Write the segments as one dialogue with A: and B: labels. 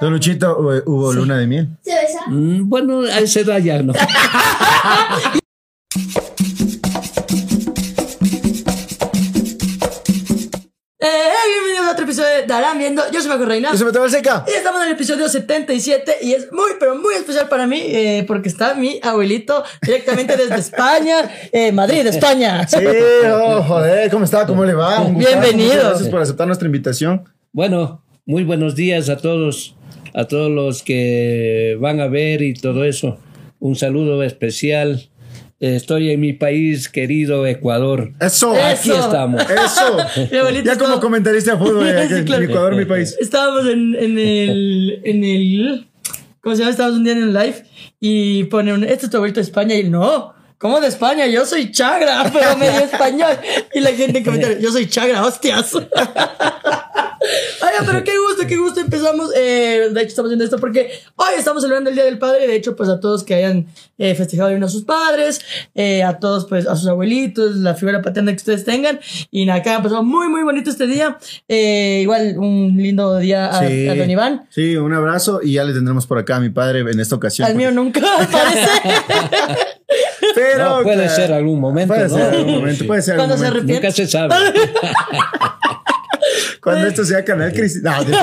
A: Don Luchito, ¿hu- ¿hubo luna de miel?
B: ¿Se besa?
C: Mm, Bueno, a esa edad ya no.
D: Eh, hey, bienvenidos a otro episodio de Darán Viendo. Yo soy Paco Reina.
A: ¿Y se me toma el seca?
D: Y estamos en el episodio 77 y es muy, pero muy especial para mí eh, porque está mi abuelito directamente desde España, eh, Madrid, España.
A: Sí, oh, joder, ¿cómo está? ¿Cómo le va? Un gustazo,
D: Bienvenido.
A: muchas Gracias por aceptar nuestra invitación.
C: Bueno, muy buenos días a todos, a todos los que van a ver y todo eso. Un saludo especial. Estoy en mi país querido Ecuador.
A: Eso.
C: Aquí
D: Eso.
C: estamos.
A: Eso.
D: Mi abuelito
A: ya
D: está-
A: como comentarista de fútbol, eh,
D: Sí,
A: que-
D: claro.
A: en Ecuador, mi país.
D: Estábamos en, en el. En el ¿Cómo se llama? Estábamos un día en el live y ponen, este es tu abuelito de España y él, no. ¿Cómo de España? Yo soy chagra, pero medio español. Y la gente en comentarios, yo soy chagra, hostias. Oiga, pero qué gusto, qué gusto. Empezamos, eh, de hecho estamos haciendo esto porque hoy estamos celebrando el Día del Padre. De hecho, pues a todos que hayan eh, festejado bien a sus padres, eh, a todos, pues a sus abuelitos, la figura paterna que ustedes tengan. Y nada, que ha pasado muy, muy bonito este día. Eh, igual un lindo día a, a Don Iván.
A: Sí, un abrazo y ya le tendremos por acá a mi padre en esta ocasión.
D: Al mío nunca parece.
A: Pero
C: No, puede
A: eh,
C: ser algún momento.
A: Puede
C: ¿no?
A: ser algún momento, puede ser algún
D: Cuando se
A: momento.
D: arrepienta.
C: Nunca se sabe.
A: Cuando esto sea canal cristiano.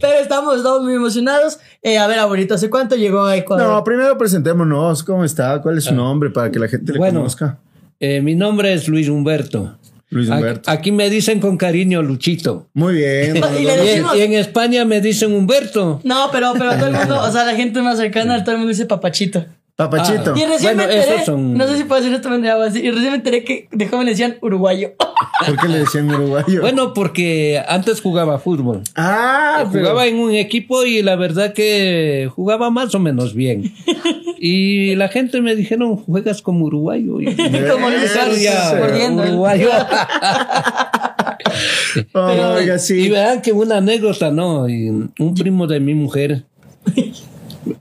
D: pero estamos, estamos muy emocionados. Eh, a ver, abuelito, ¿hace cuánto llegó a Ecuador?
A: No, primero presentémonos. ¿Cómo está? ¿Cuál es su nombre para que la gente le
C: Ah. Bueno.
A: conozca?
C: Eh, mi nombre es Luis Humberto.
A: Luis
C: Ac-
A: Humberto.
C: Aquí me dicen con cariño Luchito.
A: Muy bien. don
D: Y
C: Y
D: le
A: Luis.
C: en,
D: decimos-
C: y en España me dicen Humberto.
D: No, pero, pero todo el mundo, o sea, la gente más cercana, todo el mundo dice papachito.
A: Papachito.
D: Y recién
C: Bueno,
D: me enteré,
C: esos son-
D: no sé si puedo decir esto, me así, y recién me enteré que de joven le decían uruguayo.
A: ¿Por qué le decían uruguayo?
C: Bueno, porque antes jugaba fútbol.
A: Ah, pero-
C: Jugaba en un equipo y la verdad que jugaba más o menos bien. Y la gente me dijeron, juegas como uruguayo. Y,
D: Como Luis
A: Eso.
D: Carlos,
C: Ya,
D: mordiendo.
C: uruguayo.
A: Oiga,
C: Y
A: sí.
C: verán que una anécdota, ¿no? Y un primo de mi mujer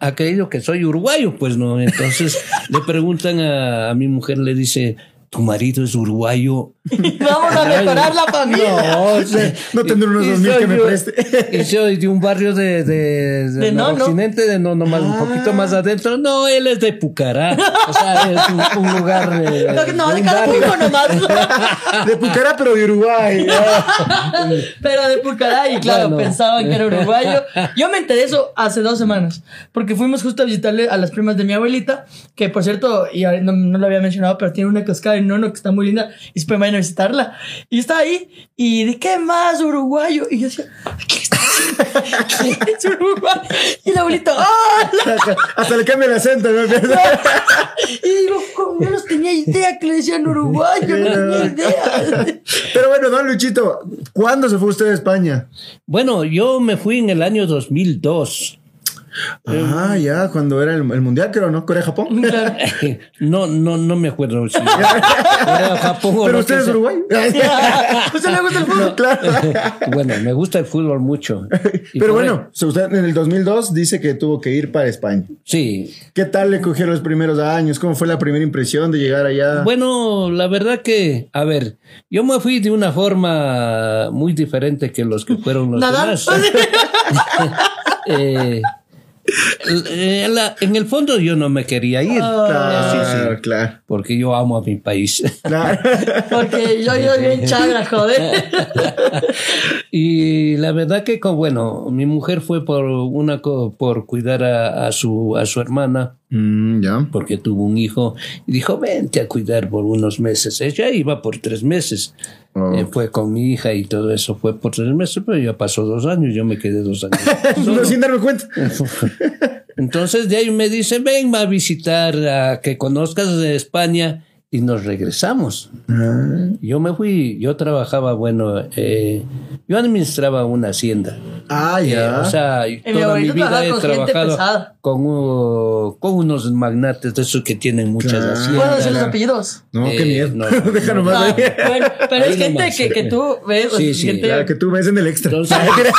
C: ha creído que soy uruguayo, pues no. Entonces le preguntan a, a mi mujer, le dice, ¿tu marido es uruguayo?
D: Vamos a mejorar la familia.
C: No,
A: sí. No tendré unos
C: Y
A: dos mil
C: soy
A: que me
C: yo-
A: preste.
C: Y soy de un barrio de, de,
D: De
C: no,
D: no, no.
C: occidente, de no, nomás un
A: Ah.
C: poquito más adentro. No, él es de Pucará. O sea, es un, un lugar. eh,
D: No, que- no,
C: de
D: de
C: un
D: cada
C: barrio.
D: uno nomás.
A: De Pucará, pero de Uruguay.
D: Pero de Pucará, y claro,
C: Bueno.
D: pensaban que era uruguayo. Yo me enteré eso hace dos semanas, porque fuimos justo a visitarle a las primas de mi abuelita, que por cierto, y ahora no, no lo había mencionado, pero tiene una cascada en Nono que está muy linda, y se vayan a visitarla. Y está ahí, y de qué más uruguayo. Y yo decía, ¿qué está haciendo? ¿Qué es uruguayo? Y la abuelita, ¡ah! la
A: Hasta le cambia el acento. ¿no?
D: Y digo, "¿Cómo? no los tenía idea que le decían uruguayo, no tenía idea.
A: Pero bueno, don Luchito, ¿cuándo se fue usted a España?
C: Bueno, yo me fui en el año 2002.
A: Ah, ya, cuando era el, el mundial, creo, ¿no? Corea-Japón.
D: Claro.
C: No, no, no me acuerdo si era Japón o
A: Pero
C: no
A: usted
C: sé
A: es
C: si-
A: uruguayo.
D: ¿Usted le gusta el fútbol?
A: Claro.
C: Bueno, me gusta el fútbol mucho. Y
A: Pero
C: por-
A: bueno, si usted en el 2002 dice que tuvo que ir para España.
C: Sí,
A: ¿Qué tal le cogieron los primeros años? ¿Cómo fue la primera impresión de llegar allá?
C: Bueno, la verdad que, a ver, yo me fui de una forma muy diferente que los que fueron los
D: Nadar.
C: demás. Eh, eh, la- en el fondo yo no me quería ir,
A: Ah. claro, claro,
C: porque yo amo a mi país.
A: claro.
D: Porque yo, yo, bien chagra, joder.
C: Y la verdad que, con- bueno, mi mujer fue por una co- por cuidar a, a su a su hermana.
A: Mm, ya.
C: porque tuvo un hijo y dijo, vente a cuidar por unos meses. Ella iba por tres meses.
A: Oh.
C: Eh, fue con mi hija y todo eso fue por tres meses, pero ya pasó dos años, yo me quedé dos años.
A: No, sin darme cuenta.
C: Entonces de ahí me dice, ven a visitar, a que conozcas de España y nos regresamos.
A: Ah.
C: Yo me fui, yo trabajaba, bueno, eh, yo administraba una hacienda.
A: Ah,
C: Eh,
A: ya.
C: o sea, y
D: mi
C: toda mi
D: abuelito
C: vida
D: trabajaba
C: he
D: con gente
C: trabajado
D: pesada.
C: con, uh, con unos magnates de esos que tienen muchas
A: Claro.
C: haciendas.
D: ¿Puedo decir los apellidos?
A: no, qué
C: eh,
A: miedo.
C: no, no,
A: Deja
C: no.
A: nomás
D: Ah,
A: ahí.
D: bueno, pero
C: Ahí
D: es gente
C: nomás.
D: que, que tú ves. o sea,
C: Sí, sí,
D: gente-
A: La que tú ves en el extra.
C: Entonces,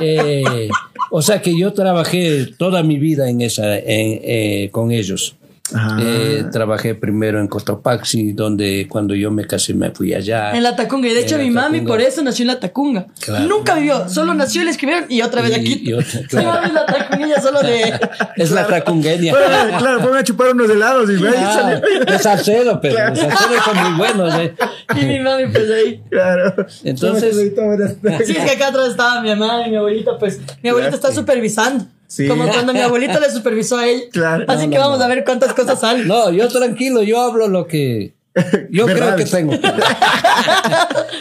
C: eh, o sea que yo trabajé toda mi vida en esa, en, eh, con ellos.
A: Ah.
C: Eh, trabajé primero en Cotopaxi, donde cuando yo me casé me fui allá.
D: En la Tacunga. Y de hecho,
C: En la
D: mi mami
C: Tacunga.
D: por eso nació en la Tacunga.
C: Claro.
D: Nunca vivió, solo nació, le escribieron y otra vez
C: Y-
D: aquí.
C: y otra- claro.
D: Mi mami es la Tacunguilla solo de.
C: es la tracungueña.
A: Bueno, claro, ponme a chupar unos helados y ve, y
C: Ah,
A: sale.
C: de Salcedo, pero de Salcedo son muy buenos. eh.
D: Y mi mami, pues ahí.
A: Claro.
C: Entonces-
D: Pues Sí, es que acá atrás estaba mi mamá y mi abuelita, pues. Mi abuelita está supervisando.
A: Sí.
D: Como cuando mi abuelita le supervisó a él.
A: Claro.
D: Así
A: No,
D: que vamos a ver cuántas cosas salen.
C: No, yo tranquilo, yo hablo lo que yo creo que
A: Verdades.
C: tengo.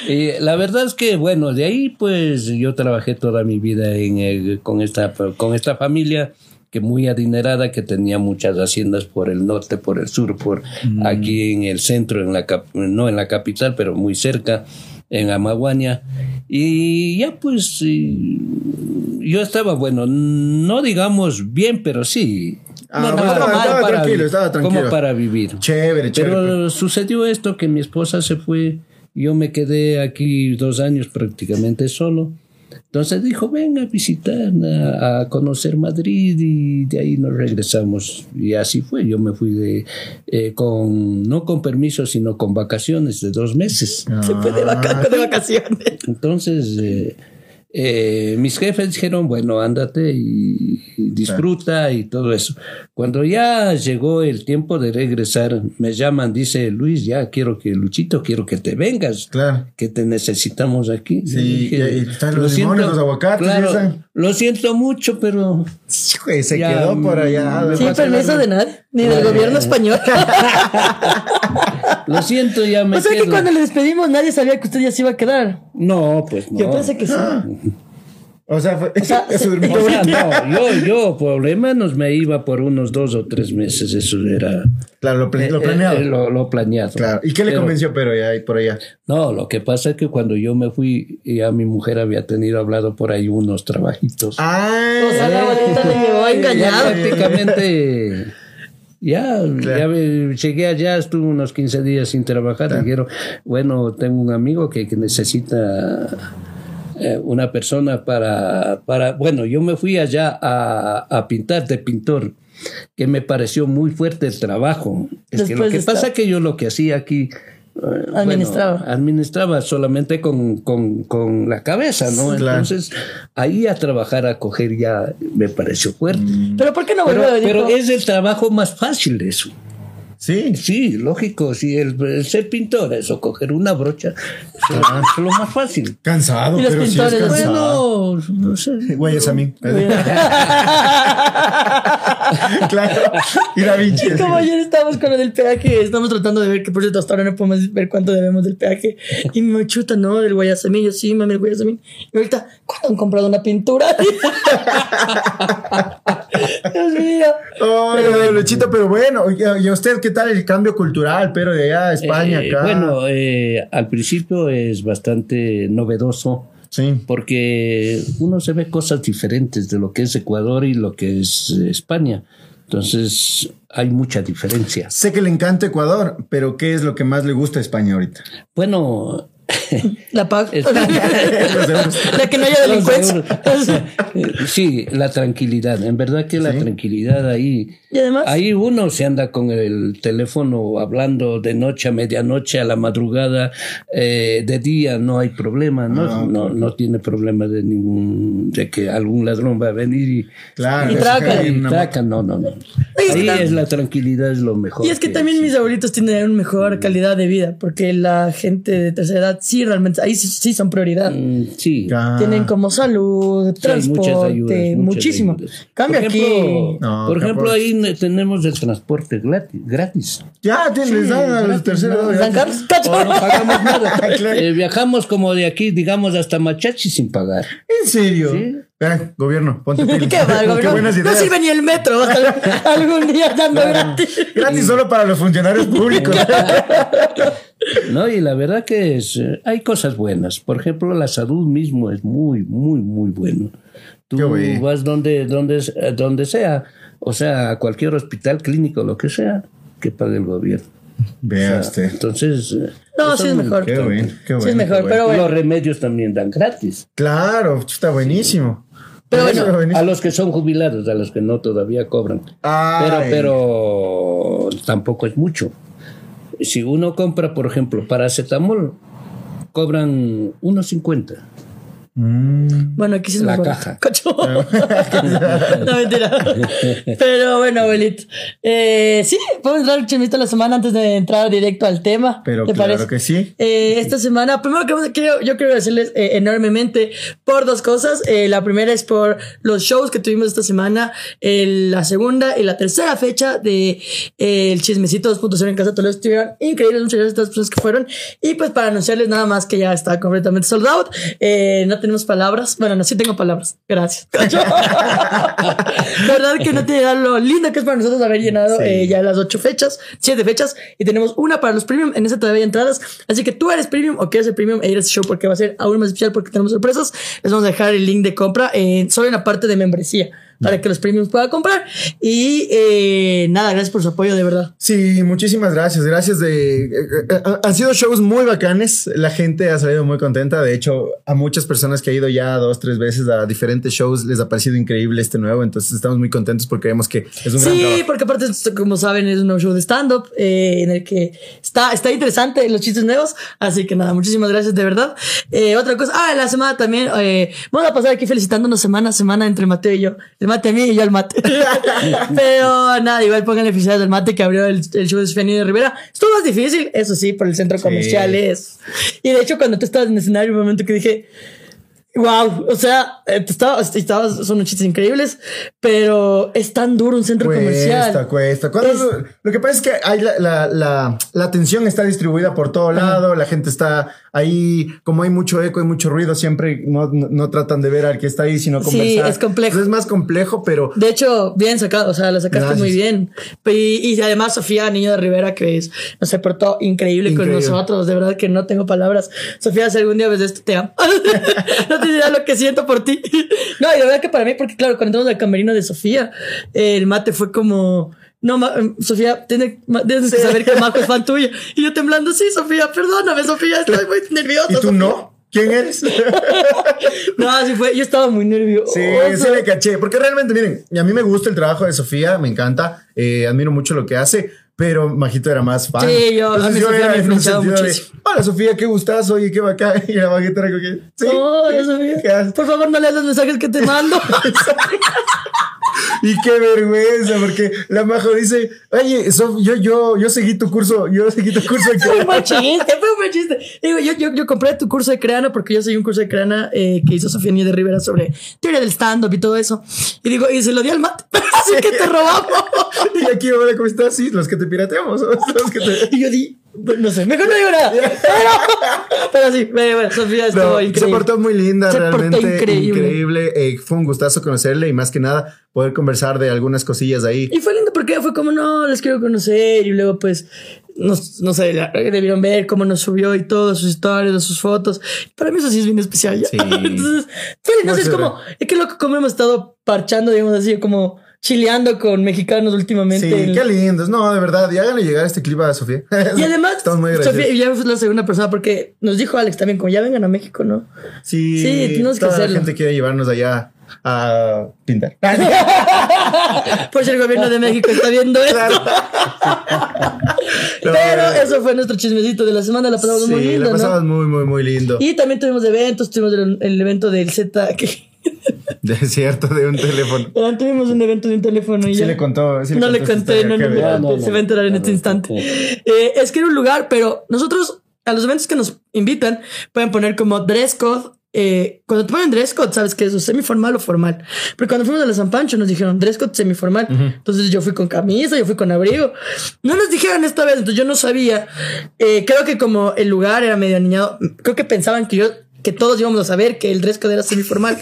C: y la verdad es que bueno, de ahí pues yo trabajé toda mi vida en el- con esta con esta familia que muy adinerada, que tenía muchas haciendas por el norte, por el sur, por aquí en el centro, en la cap- no en la capital, pero muy cerca en Amaguaña y ya pues y- yo estaba bueno, no digamos bien, pero sí
A: Ah,
C: no,
A: bueno,
C: estaba
A: estaba-
C: mal
A: estaba
C: para
A: tranquilo,
C: vi-
A: estaba tranquilo.
C: Como para vivir.
A: Chévere, chévere.
C: Pero sucedió esto que mi esposa se fue, yo me quedé aquí dos años prácticamente solo. Entonces dijo, ven a visitar, a, a conocer Madrid y de ahí nos regresamos. Y así fue, yo me fui de, eh, con, no con permiso, sino con vacaciones de dos
A: Ah.
C: meses.
D: Se fue de, vaca- de vacaciones.
C: Entonces, eh, eh, mis jefes dijeron, bueno, ándate y, y disfruta y todo eso. Cuando ya llegó el tiempo de regresar, me llaman, dice Luis, ya quiero que, Luchito, quiero que te vengas.
A: Claro.
C: Que te necesitamos aquí.
A: Sí, y- y están los
C: "Lo
A: limones, los aguacates,
C: claro,
A: y esa".
C: lo siento mucho, pero
A: Sí, güey, se
C: Ya,
A: quedó por
C: mm,
A: allá.
D: Sin permiso de nadie, ni
A: Eh,
D: del gobierno español.
C: lo siento, ya me
D: o sea que
C: quedo.
D: cuando le despedimos, nadie sabía que usted ya se iba a quedar.
C: No, pues no.
D: Yo pensé que sí.
A: O sea, fue,
D: sea,
A: se
D: se-
A: durmió
C: O sea,
A: ahorita.
C: no, yo, yo por lo menos me iba por unos dos o tres meses, eso era.
A: Claro, lo, pla- lo
C: Eh,
A: planeado.
C: eh, lo, lo planeado.
A: Claro. ¿Y qué le
C: Pero-
A: convenció pero ya y por allá?
C: No, lo que pasa es que cuando yo me fui, ya mi mujer había tenido hablado por ahí unos trabajitos.
A: Ah,
D: O sea, la abuelita le llevó
C: ¿eh? ya
D: engañado.
C: prácticamente. Ya, ya me- llegué allá, estuve unos 15 días sin trabajar. Dijeron, bueno, tengo un amigo que, que necesita eh, una persona para, para. Bueno, yo me fui allá a, a pintar de pintor, que me pareció muy fuerte el trabajo. Es que
D: Después
C: lo
D: de
C: que
D: estar-
C: pasa es que yo lo que hacía aquí. eh, bueno,
D: Administraba.
C: administraba solamente con, con, con la cabeza, ¿no?
A: Sí, claro.
C: Entonces, ahí a trabajar, a coger ya me pareció fuerte.
A: Mm.
D: Pero ¿por qué no
C: Pero,
D: volvió? Dijo,
C: pero es el trabajo más fácil eso.
A: sí.
C: Sí, lógico, sí, el, el ser pintor, eso, coger una brocha, eso es lo más fácil.
A: Cansado,
D: Y los
A: pero sí es
D: pintores,
A: cansado.
C: Bueno, no sé.
A: Güey, es a mí. claro. Y Da Vinci.
D: Y como ayer estábamos con lo del peaje, estamos tratando de ver que por cierto hasta ahora no podemos ver cuánto debemos del peaje. Y mi mamá, chuta, no, del Guayasamín. Yo sí, mami, el Guayasamín. Y ahorita, ¿cuándo han comprado una pintura? Dios mío.
A: Oh, Luchito, pero bueno. ¿Y a- y a usted qué tal el cambio cultural, pero de allá a España,
C: Eh,
A: acá?
C: bueno, eh, al principio es bastante novedoso.
A: Sí.
C: porque uno se ve cosas diferentes de lo que es Ecuador y lo que es eh, España. Entonces hay mucha diferencia.
A: Sé que le encanta Ecuador, pero ¿qué es lo que más le gusta a España ahorita?
C: Bueno,
D: La paz.
C: Es-
D: la que no haya delincuencia.
C: eh, sí, la tranquilidad. En verdad que la tranquilidad ahí.
D: y además,
C: Ahí uno se anda con el teléfono hablando de noche a medianoche, a la madrugada, eh, de día, no hay problema, ¿no? No, no tiene problema de ningún, de que algún ladrón va a venir y,
A: Claro.
D: Y
A: es
D: traca,
A: que hay
C: y
A: una-
C: traca, no, no, no. Ahí es la tranquilidad, es lo mejor.
D: y es que también mis abuelitos tienen una mejor calidad de vida, porque la gente de tercera edad sí realmente, ahí sí, sí son prioridad.
C: Mm, Sí.
A: Ah,
D: Tienen como salud,
C: Sí, hay
D: transporte,
C: muchas
D: muchísimo.
C: ayudas.
D: Cambia
C: por
D: aquí.
C: ejemplo,
A: No,
C: por
A: acá
C: ejemplo,
A: por-
C: ahí ne- tenemos el transporte gratis. gratis.
A: Ya, te- les dan a los terceros.
D: San Carlos, cacho.
C: O no pagamos nada.
A: Claro.
C: Eh, viajamos como de aquí, digamos, hasta Machachi sin pagar.
A: ¿En serio?
C: Sí.
A: Vean, gobierno, ponte pila.
D: Qué bárbaro,
A: Qué
D: ¿no?
A: buenas
D: No
A: ideas.
D: sirve ni el metro. vas a- Algún día dando gratis.
A: Gratis solo para los funcionarios públicos.
C: No, y la verdad que es, eh, hay cosas buenas. Por ejemplo, la salud mismo es muy, muy, muy bueno. Tú
A: Qué güey.
C: vas donde, donde, eh, donde sea, o sea, a cualquier hospital clínico, lo que sea, que pague el gobierno.
A: Vea usted.
C: Entonces, eh,
D: No,
C: eso
D: sí es
C: muy
D: mejor.
A: Qué
C: importante.
A: bueno, qué bueno.
D: Sí es mejor,
A: qué bueno.
D: pero bueno.
C: Los remedios también dan gratis.
A: Claro, está buenísimo.
D: Pero
A: Está
D: bueno,
A: buenísimo.
C: A los que son jubilados, a los que no todavía cobran.
A: Ay.
C: Pero, pero pues tampoco es mucho. Si uno compra, por ejemplo, paracetamol, cobran 1.50
D: Bueno, aquí sí es
C: La
D: mejor.
C: caja.
D: Cacho. no, mentira. Pero bueno, abuelito. Eh, sí, podemos entrar al chismito de la semana antes de entrar directo al tema.
A: Pero
D: ¿Te
A: claro
D: parece?
A: que sí.
D: Eh, esta semana, primero que quiero- yo quiero agradecerles eh, enormemente por dos cosas. Eh, la primera es por los shows que tuvimos esta semana, eh, la segunda y la tercera fecha de eh, el chismecito 2.0 en Casa Toledo estuvieron increíbles. Muchas gracias a todas las personas que fueron. Y pues para anunciarles nada más que ya está completamente sold out. Eh, no tenemos palabras. Bueno, no, sí tengo palabras. Gracias. La verdad que no tiene idea lo lindo que es para nosotros haber llenado eh, ya las ocho fechas, siete fechas, y tenemos una para los premium. En esa todavía hay entradas. Así que tú eres premium o quieres ser premium e ir a ese show porque va a ser aún más especial porque tenemos sorpresas. Les vamos a dejar el link de compra eh, solo en la parte de membresía para que los premiums puedan comprar. Y eh, nada, gracias por su apoyo, de verdad.
A: Sí, muchísimas gracias. Gracias de. eh, eh, eh, han sido shows muy bacanes. La gente ha salido muy contenta. De hecho, a muchas personas que ha ido ya dos, tres veces a diferentes shows les ha parecido increíble este nuevo. Entonces estamos muy contentos porque vemos que es un gran
D: Sí,
A: trabajo.
D: porque aparte, esto, como saben, es un nuevo show de stand-up eh, en el que está, está interesante los chistes nuevos. Así que nada, muchísimas gracias de verdad. Eh, otra cosa, ah, la semana también, eh, vamos a pasar aquí felicitándonos semana a semana entre Mateo y yo. El mate a mí y yo al mate. Pero nada, igual pónganle felicidades al mate que abrió el, el show de Sofía de Rivera. Estuvo más difícil, eso sí, por el centro comercial es. Y de hecho, cuando tú estabas en el escenario, un momento que dije, Wow, o sea, eh, te estabas, te estabas- son unos chistes increíbles, pero es tan duro un centro
A: Cuesta,
D: comercial.
A: cuesta. Cuando
D: Es-
A: lo, lo que pasa es que hay la, la, la, la atención está distribuida por todo lado, la gente está ahí, como hay mucho eco y mucho ruido, siempre no, no, no tratan de ver al que está ahí, sino
D: Sí,
A: conversar.
D: es complejo.
A: Entonces es más complejo, pero
D: De hecho, bien sacado, o sea, la sacaste
A: Gracias.
D: muy bien. Y, y además Sofía Niño de Rivera, que es, no se portó increíble, con
A: Increíble.
D: nosotros, de verdad que no tengo palabras. Sofía, si algún día ves esto, te amo. no te dirá lo que siento por ti. no, y la verdad que para mí, porque claro, cuando entramos al camerino de Sofía, eh, el mate fue como... No, Ma- eh, Sofía, tiene- ma- tienes que saber que Majo es fan tuyo. Y yo temblando, sí, Sofía, perdóname, Sofía, estoy muy nerviosa.
A: ¿y tú
D: Sofía".
A: no? ¿Quién eres?
D: No, así fue. Yo estaba muy nervioso.
A: Sí, sí le caché. Porque realmente, miren, a mí me gusta el trabajo de Sofía, me encanta, eh, admiro mucho lo que hace, pero Majito era más fan.
D: Sí, yo- a mí Sofía me ha
A: en un
D: influenciado
A: sentido de,
D: muchísimo.
A: Hola Sofía, qué gustazo, oye, qué bacán. Y la Majito era como que, sí.
D: Oh,
A: sí,
D: Dios mío.
A: qué asco.
D: Por favor, no leas los mensajes que te mando.
A: Y qué vergüenza, porque la Majo dice, oye, Sof, yo, yo, yo seguí tu curso, yo seguí tu curso.
D: fue un buen chiste, fue un buen chiste. Digo, yo, yo, yo compré tu curso de creana porque yo seguí un curso de creana eh, que hizo Sofía Niño de Rivera sobre teoría del stand-up y todo eso. Y digo, y se lo di al mate. Así que te robamos.
A: Y aquí, ahora, ¿cómo estás? Sí, los que te pirateamos, los que te...
D: Y yo di, no sé, mejor no digo nada. Pero, pero sí, bueno, bueno, Sofía estuvo
A: No, se
D: increíble.
A: portó muy linda,
D: Se portó
A: realmente
D: increíble.
A: increíble. Eh, fue un gustazo conocerle y más que nada poder conversar de algunas cosillas ahí.
D: Y fue lindo porque fue como, no, les quiero conocer. Y luego, pues, nos- no, sé, la- eh, debieron ver cómo nos subió y todo, sus historias, sus fotos. Para mí eso sí es bien especial. ya.
A: Sí.
D: Entonces, fue lindo.
A: Muy
D: Es como, es que loco, como hemos estado parchando, digamos así, como chileando con mexicanos últimamente.
A: Sí,
D: El-
A: qué lindos. No, de verdad. Y háganle llegar este clip a Sofía.
D: y además,
A: estamos muy agradecidos.
D: Sofía, y ya fue la segunda persona porque nos dijo Alex también, como ya vengan a México, ¿no?
A: sí,
D: sí, tenemos que
A: toda
D: hacerlo.
A: la gente quiere llevarnos allá a pintar.
D: Por si el gobierno de México está viendo esto. Pero eso fue nuestro chismecito de la semana. La pasamos muy
A: Sí,
D: lindo,
A: la
D: ¿no?
A: pasamos muy, muy, muy lindo.
D: Y también tuvimos eventos, tuvimos el, el evento del Z, que
A: De cierto, de un teléfono.
D: ah, tuvimos un evento de un teléfono y
A: Sí
D: ya.
A: le contó. sí le
D: no le
A: contó esta
D: conté, no,
A: historia,
D: no,
A: qué
D: no,
A: verga.
C: no, no,
D: se va a enterar en
C: no,
D: este
C: no,
D: instante.
C: no.
D: Eh, es que era un lugar, pero nosotros a los eventos que nos invitan pueden poner como dress code. eh, cuando te ponen dress code, sabes que eso es semiformal o formal. Pero cuando fuimos a la San Pancho nos dijeron dress code semiformal. Entonces yo fui con camisa, yo fui con abrigo. No nos dijeron esta vez, entonces yo no sabía. Eh, creo que como el lugar era medio aniñado, creo que pensaban que yo que todos íbamos a saber que el dress code era semiformal,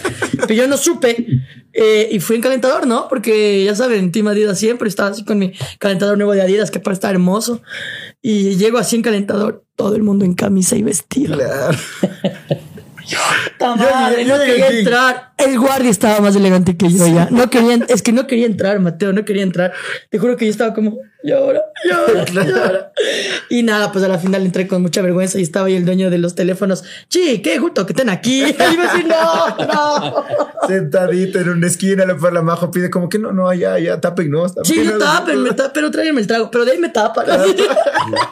D: pero yo no supe eh, y fui en calentador, ¿no? Porque ya saben, Team Adidas siempre estaba así con mi calentador nuevo de Adidas que para estar hermoso y llego así en calentador, todo el mundo en camisa y vestido.
A: Claro.
D: Puta madre,
A: yo
D: no
A: llegué
D: quería
A: aquí.
D: entrar. El guardia estaba más elegante que yo ya. No quería, es que no quería entrar, Mateo, no quería entrar. Te juro que yo estaba como, y ahora, y ahora, y ahora. Y nada, pues a la final entré con mucha vergüenza y estaba ahí el dueño de los teléfonos. Chi, qué gusto que estén aquí. Y yo así, no, no.
A: Sentadito en una esquina, la perla majo pide como que no, no, allá, allá, tapen, no.
D: Sí, no tapen, me
A: tapen.
D: tapen, pero tráiganme el trago. Pero de ahí me tapan. así.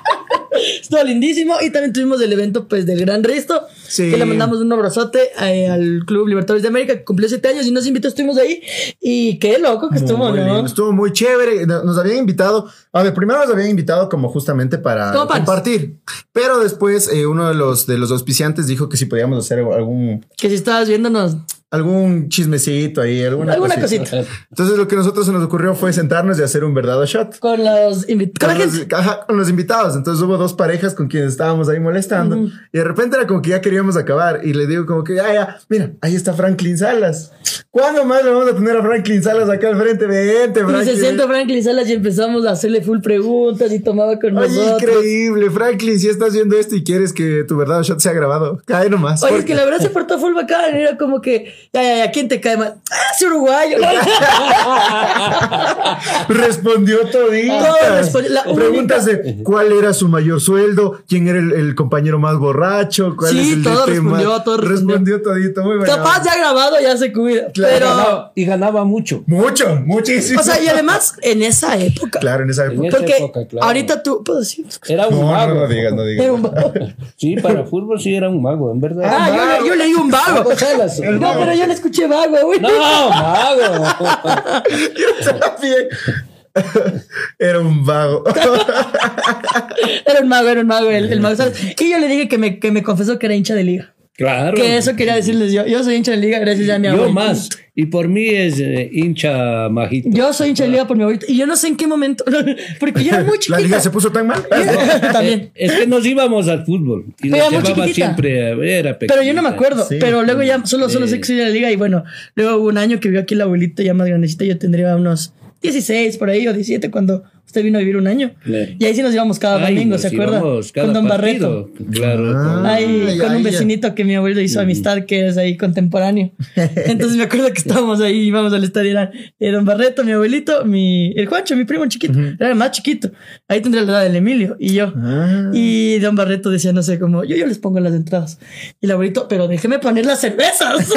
D: Estuvo lindísimo. Y también tuvimos el evento pues del Gran Resto.
A: Sí.
D: Que le mandamos un abrazote eh, al Club Libertadores de América, que cumplió siete años y nos invitó, estuvimos ahí. Y qué loco que estuvo,
A: muy
D: ¿no?
A: lindo, Estuvo muy chévere. no- Nos habían invitado. A ver, primero nos habían invitado como justamente para
D: Como panes.
A: compartir. Pero después eh, uno de los, de los auspiciantes dijo que si podíamos hacer algún,
D: Que si estabas viéndonos,
A: algún chismecito ahí, alguna,
D: alguna
A: cosita.
D: cosita.
A: Entonces lo que a nosotros se nos ocurrió fue sentarnos y hacer un verdadero shot.
D: Con los invitados. Con la
A: Con los-
D: gente.
A: ajá, con los invitados. Entonces hubo dos parejas con quienes estábamos ahí molestando. Y de repente era como que ya queríamos acabar. Y le digo como que, "Ah, ya, ya, mira, ahí está Franklin Salas. ¿Cuándo más le vamos a tener a Franklin Salas acá al frente? Vente,
D: Y
A: Franklin.
D: se sentó Franklin Salas y empezamos a hacerle full preguntas y tomaba con
A: Oye,
D: nosotros.
A: increíble, Franklin, si estás viendo esto y quieres que tu verdadero shot sea grabado, cae nomás.
D: Oye, es
A: Porque-
D: que la verdad se portó full bacán. Era como que, ya, ya, ya, ¿quién te cae mal? Ah, es uruguayo.
A: Respondió todita.
D: Todo respondió. La única-
A: Preguntas de cuál era su mayor sueldo, quién era el, el compañero más borracho, cuál
D: Sí,
A: es el de
D: todo
A: tema.
D: respondió, todo respondió.
A: todito, muy bueno.
D: Capaz ya grabado, ya se cuida.
A: Claro.
D: Pero,
C: y ganaba mucho.
A: Mucho, muchísimo.
D: o sea, y además, en esa época.
A: Claro, en esa época.
C: En esa
D: Porque
C: época, claro.
D: ahorita tú, puedo decir,
C: Era un
A: No,
C: mago.
A: no, no digas, no digas.
D: era un vago.
C: Sí, para fútbol sí era un mago, en verdad.
D: Ah, yo, le- yo leí un vago.
C: Mago Salas.
D: No, pero yo le escuché vago, güey.
C: No, mago.
A: Yo también. Era un vago.
D: Era un mago, era un mago, el, el mago. ¿sabes? Y yo le dije que me, que me confesó que era hincha de liga.
C: Claro.
D: Que eso quería decirles yo. Yo soy hincha de liga gracias a mi
C: Yo
D: abuelo.
C: más. Y por mí es eh, hincha majito.
D: Yo soy hincha de liga por mi abuelito. Y yo no sé en qué momento, porque yo era muy chiquita.
A: La liga se puso tan mal.
D: Yo- También.
C: Eh, Es que nos íbamos al fútbol. Y
D: Pero
C: nos
D: era muy
C: llevaba
D: chiquitita.
C: siempre eh, a ver a
D: Pero yo no me acuerdo.
A: Sí.
D: pero luego ya solo, solo
C: Sí.
D: sé que soy de la liga. Y bueno, luego hubo un año que vio aquí el abuelito ya más grandecita. Yo tendría unos 16 por ahí o 17 cuando usted vino a vivir un año.
C: Claro.
D: Y ahí sí nos íbamos cada domingo, ¿se acuerda? Con Don Barreto.
C: Claro.
A: Ah.
D: Ahí,
A: Ay,
D: con
A: ay,
D: un
A: ya.
D: vecinito que mi abuelo hizo amistad, que es ahí contemporáneo. Entonces me acuerdo que estábamos ahí, íbamos al estadio, era eh, Don Barreto, mi abuelito, mi, el Juancho, mi primo chiquito, era el más chiquito. Ahí tendría la edad del Emilio y yo.
A: Ah.
D: Y Don Barreto decía, no sé, como yo, yo les pongo las entradas. Y el abuelito, pero déjeme poner las cervezas.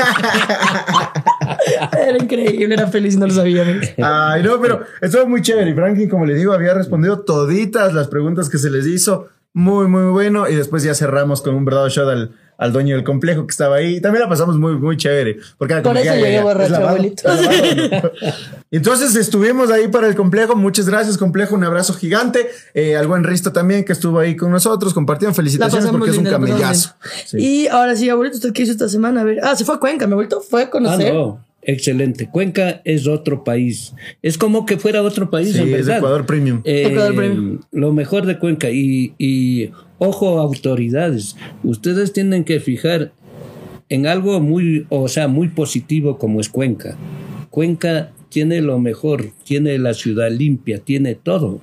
D: era increíble, era feliz, no lo sabía. amigos.
A: Ay, no, pero estuvo muy chévere. Y Franklin, como le digo, había respondido toditas las preguntas que se les hizo. Muy, muy bueno. Y después ya cerramos con un verdadero shot al, al dueño del complejo que estaba ahí. Y También la pasamos muy, muy chévere. Porque era
D: Por
A: como
D: eso
A: que, ya,
D: llegué
A: ya, ya,
D: borracho,
A: es lavado,
D: abuelito.
A: es lavado, ¿no? Entonces estuvimos ahí para el complejo. Muchas gracias, complejo. Un abrazo gigante. Eh, al buen Risto también, que estuvo ahí con nosotros. Compartieron
D: La
A: felicitaciones
D: pasamos
A: porque es un
D: bien, la pasamos
A: camellazo.
D: bien.
A: Sí.
D: Y ahora sí, abuelito, ¿usted qué hizo esta semana? A ver, ah, se fue a Cuenca, mi abuelito fue a
C: Ah,
D: conocer.
C: no. Excelente. Cuenca es otro país. Es como que fuera otro país,
A: Sí,
C: en
A: es
C: verdad.
A: Ecuador Premium.
C: Eh,
D: Ecuador Premium.
C: Lo mejor de Cuenca. Y, y ojo, autoridades. Ustedes tienen que fijar en algo muy, o sea, muy positivo como es Cuenca. Cuenca tiene lo mejor, tiene la ciudad limpia, tiene todo,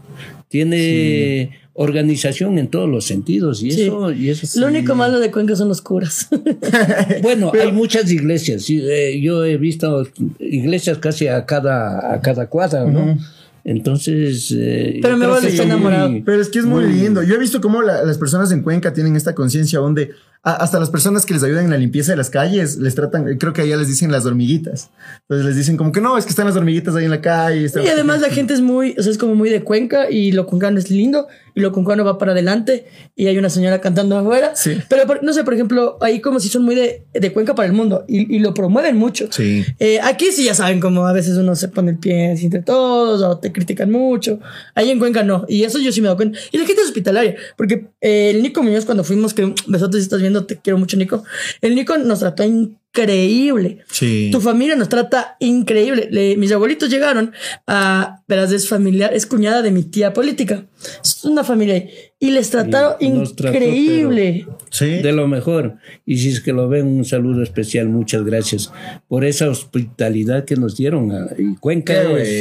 C: tiene organización en todos los sentidos y
D: Sí.
C: eso, y eso
D: Lo único malo de Cuenca son los curas.
C: bueno, hay muchas iglesias. sí, eh, yo he visto iglesias casi a cada, a cada cuadra, ¿no? Entonces. eh,
D: Pero
C: yo
D: mi
C: creo
D: abuelo
C: que
D: está
C: son muy-
D: enamorado.
A: Pero es que es muy lindo. Yo he visto cómo la- las personas en Cuenca tienen esta conciencia donde a- hasta las personas que les ayudan en la limpieza de las calles les tratan, creo que allá les dicen las hormiguitas. Entonces les dicen como que no, es que están las hormiguitas ahí en la calle. están-
D: Y además la gente es muy, o sea, es como muy de Cuenca y lo cuencano es lindo y lo cuencano va para adelante y hay una señora cantando afuera.
A: Sí.
D: Pero por- no sé, por ejemplo, ahí como si son muy de, de Cuenca para el mundo y, y lo promueven mucho.
A: Sí.
D: Eh, aquí sí ya saben como a veces uno se pone el pie así entre todos o te critican mucho. Ahí en Cuenca no. Y eso yo sí me doy cuenta. Y la gente es hospitalaria. Porque eh, el Nico Muñoz cuando fuimos, que besotes si estás viendo, te quiero mucho Nico. El Nico nos trató increíble.
A: Sí.
D: Tu familia nos trata increíble. Le- mis abuelitos llegaron a, verás, es familiar, es cuñada de mi tía política. Es una familia ahí. Y les trataron
C: Y nos trató,
D: increíble.
A: Sí.
C: De lo mejor. Y si es que lo ven, un saludo especial. Muchas gracias por esa hospitalidad que nos dieron. a- y Cuenca
A: Qué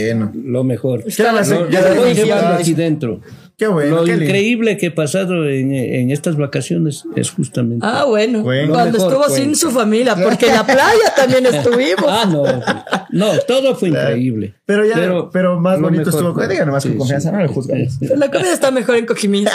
C: es
A: bueno.
C: lo mejor.
A: Ya la
D: Estaban-
A: sé,
C: Lo-
A: ya
C: lo
A: la
C: voy
A: sé.
C: llevando aquí dentro.
A: Qué bueno.
C: Lo
A: qué lindo.
C: increíble que he pasado en, en estas vacaciones es justamente.
D: Ah, bueno.
A: Bueno.
D: Cuando
C: Mejor
D: estuvo
C: cuenta.
D: sin su familia, porque en la playa también estuvimos.
C: Ah, no. No, todo fue increíble.
A: Pero ya,
C: Pero
A: pero, más
C: lo
A: bonito
C: mejor
A: estuvo.
C: fue-
A: Diga nomás
C: sí,
A: con confianza,
C: sí.
A: no le juzgamos.
D: Pero Pues, la comida está mejor en Cojimita.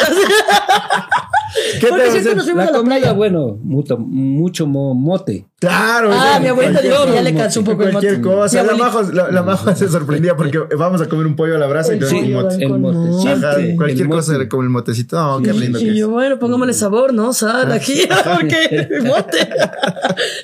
A: ¿Qué
D: Porque
A: te
D: siempre
A: hace?
D: nos fuimos
C: La
D: a la
C: comida,
D: playa.
C: bueno, mucho, mucho mo- mote.
A: Claro.
D: Ah,
A: güey,
D: mi abuelita
A: cualquier-
D: dijo que ya le cansó un poco el
A: Cualquier
D: mote.
A: cosa.
D: Mi
A: La
D: abuelita-
A: majo, la, la Majo se sorprendía porque vamos a comer un pollo a la brasa y
D: El
A: con
C: Sí,
A: un
D: pollo,
A: mote.
C: el
D: con
C: mote.
D: mote.
C: Siempre
A: Ajá,
C: el
A: cualquier
C: mote.
A: cosa como el motecito. Oh, qué lindo que
D: Y
A: es.
D: yo, bueno, pongámosle
C: Mm.
D: sabor, ¿no? Sal
C: Ah,
D: aquí, porque mote.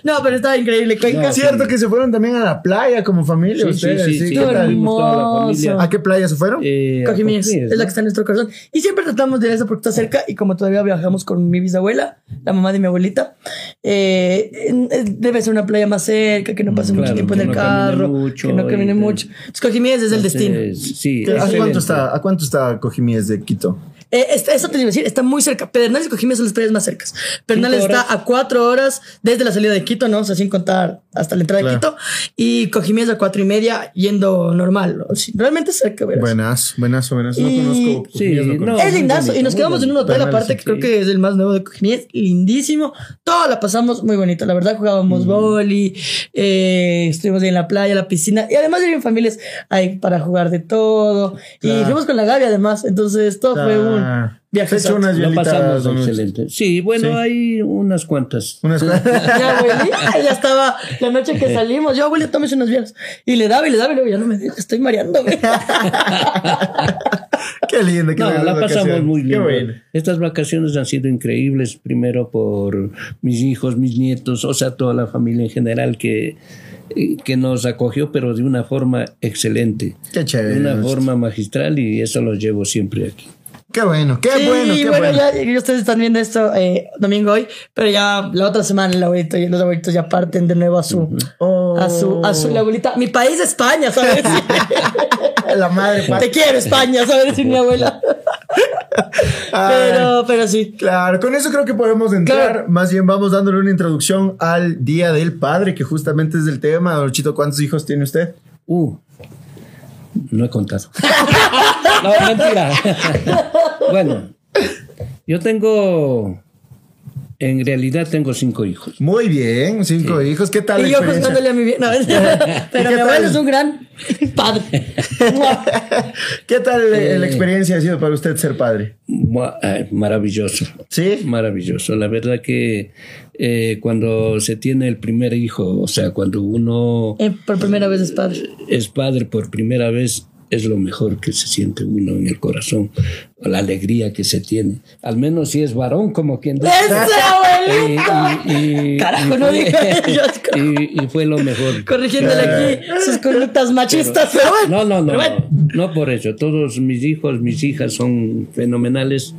D: No, pero estaba increíble, Cuenca.
A: Es cierto que se fueron también a la playa como familia
C: Sí, sí,
A: ustedes.
C: sí,
A: sí,
C: sí,
A: ¿qué
C: nos
A: tal?
C: fuimos toda la familia.
D: Hermoso.
A: ¿A qué playa se fueron?
C: Eh, a
D: Cojimíes,
C: Cojimíes,
D: es la
C: ¿no?
D: que está en nuestro corazón. Y siempre tratamos de ir a eso porque está cerca. Y como todavía viajamos con mi bisabuela, la mamá de mi abuelita, eh, en- eh, debe ser una playa más cerca, que no pase mucho
C: Claro,
D: tiempo
C: que
D: en el
C: no camine
D: carro,
C: mucho
D: que no camine
C: y tal.
D: mucho. Entonces, Cojimíes es el destino.
C: Entonces, Sí.
A: ¿Qué- ¿A
C: excelente.
A: cuánto está, a cuánto está Cojimíes de Quito?
D: Eh, esta- esta te iba a decir, está muy cerca. Pedernales y Cojimías son las playas más cercas. Pedernales
C: Cinco
D: está a cuatro horas desde la salida de Quito, ¿no? O sea, sin contar hasta la entrada de
A: Claro.
D: Quito. Y Cojimías a cuatro y media yendo normal. O sea, realmente es cerca, verás.
A: Buenas, buenas, buenas. No
D: Y-
A: conozco. Cojimíes,
C: Sí, no.
D: Es
C: muy
D: lindazo.
C: bonito,
D: Y nos
C: muy
D: quedamos en un
C: bonito.
D: hotel,
A: Pedernales,
D: aparte, que
C: sí.
D: creo que es el más nuevo de Cojimías. Lindísimo. Todo la pasamos muy bonito. La verdad, jugábamos boli, eh, estuvimos ahí en la playa, la piscina. Y además, eran familias ahí para jugar de todo. Y
A: Claro.
D: fuimos con la Gaby, además. Entonces, todo fue un
A: Ah,
D: viaje.
A: se echó unas
C: Lo pasamos
A: hielitas, unos-
C: excelente. Sí, bueno,
A: Sí.
C: hay unas cuantas.
A: unas
D: Mi abuelita ya estaba la noche que salimos. Yo, abuelita, tómese unos viajes. Y le daba y le daba y luego ya no me deja, estoy mareando. güey.
A: Qué lindo. Qué
C: No,
A: linda
C: la
A: vacación.
C: pasamos muy
A: Qué
C: bien.
A: bueno.
C: Estas vacaciones han sido increíbles, primero por mis hijos, mis nietos, o sea, toda la familia en general que, eh, que nos acogió, pero de una forma excelente,
A: Qué
C: de
A: chévere.
C: una
A: ¿no?
C: forma magistral y eso lo llevo siempre aquí.
A: Qué bueno, qué
D: Sí,
A: bueno, qué bueno.
D: ya eh, ustedes están viendo esto eh, domingo hoy, pero ya la otra semana el abuelito y los abuelitos ya parten de nuevo a su,
A: Oh.
D: a su, a su la abuelita. Mi país España, ¿sabes?
A: La madre
D: Te
A: patria.
D: quiero España, ¿sabes? Decir mi abuela.
A: Ah.
D: Pero, pero sí.
A: Claro, con eso creo que podemos entrar.
D: Claro.
A: Más bien vamos dándole una introducción al Día del Padre, que justamente es el tema. Don Chito, ¿cuántos hijos tiene usted?
C: Uh, no he contado. no, mentira. bueno, yo tengo, en realidad tengo cinco hijos.
A: Muy bien, cinco hijos. ¿Qué tal la
D: Y yo
A: experiencia?
D: contándole a mi vie- no, pero
A: ¿Y qué
D: mi abuelo
A: tal?
D: es un gran padre.
A: ¿Qué tal eh, la experiencia ha sido para usted ser padre?
C: Mua- ay, Maravilloso.
A: ¿Sí?
C: Maravilloso. La verdad que eh, cuando se tiene el primer hijo, o sea, cuando uno
D: Eh, por primera vez es padre.
C: es padre por primera vez, es lo mejor que se siente uno en el corazón, la alegría que se tiene. Al menos si es varón, como quien dice.
D: ¡Ese
C: Y-
D: abuelito!
C: y- y-
D: Carajo,
C: y
D: no
C: fue-
D: dije yo.
C: y- y fue lo mejor.
D: Corrigiéndole aquí sus conductas machistas, pero bueno.
C: No, no, no,
D: Pero bueno.
C: no, no por eso. Todos mis hijos, mis hijas son fenomenales,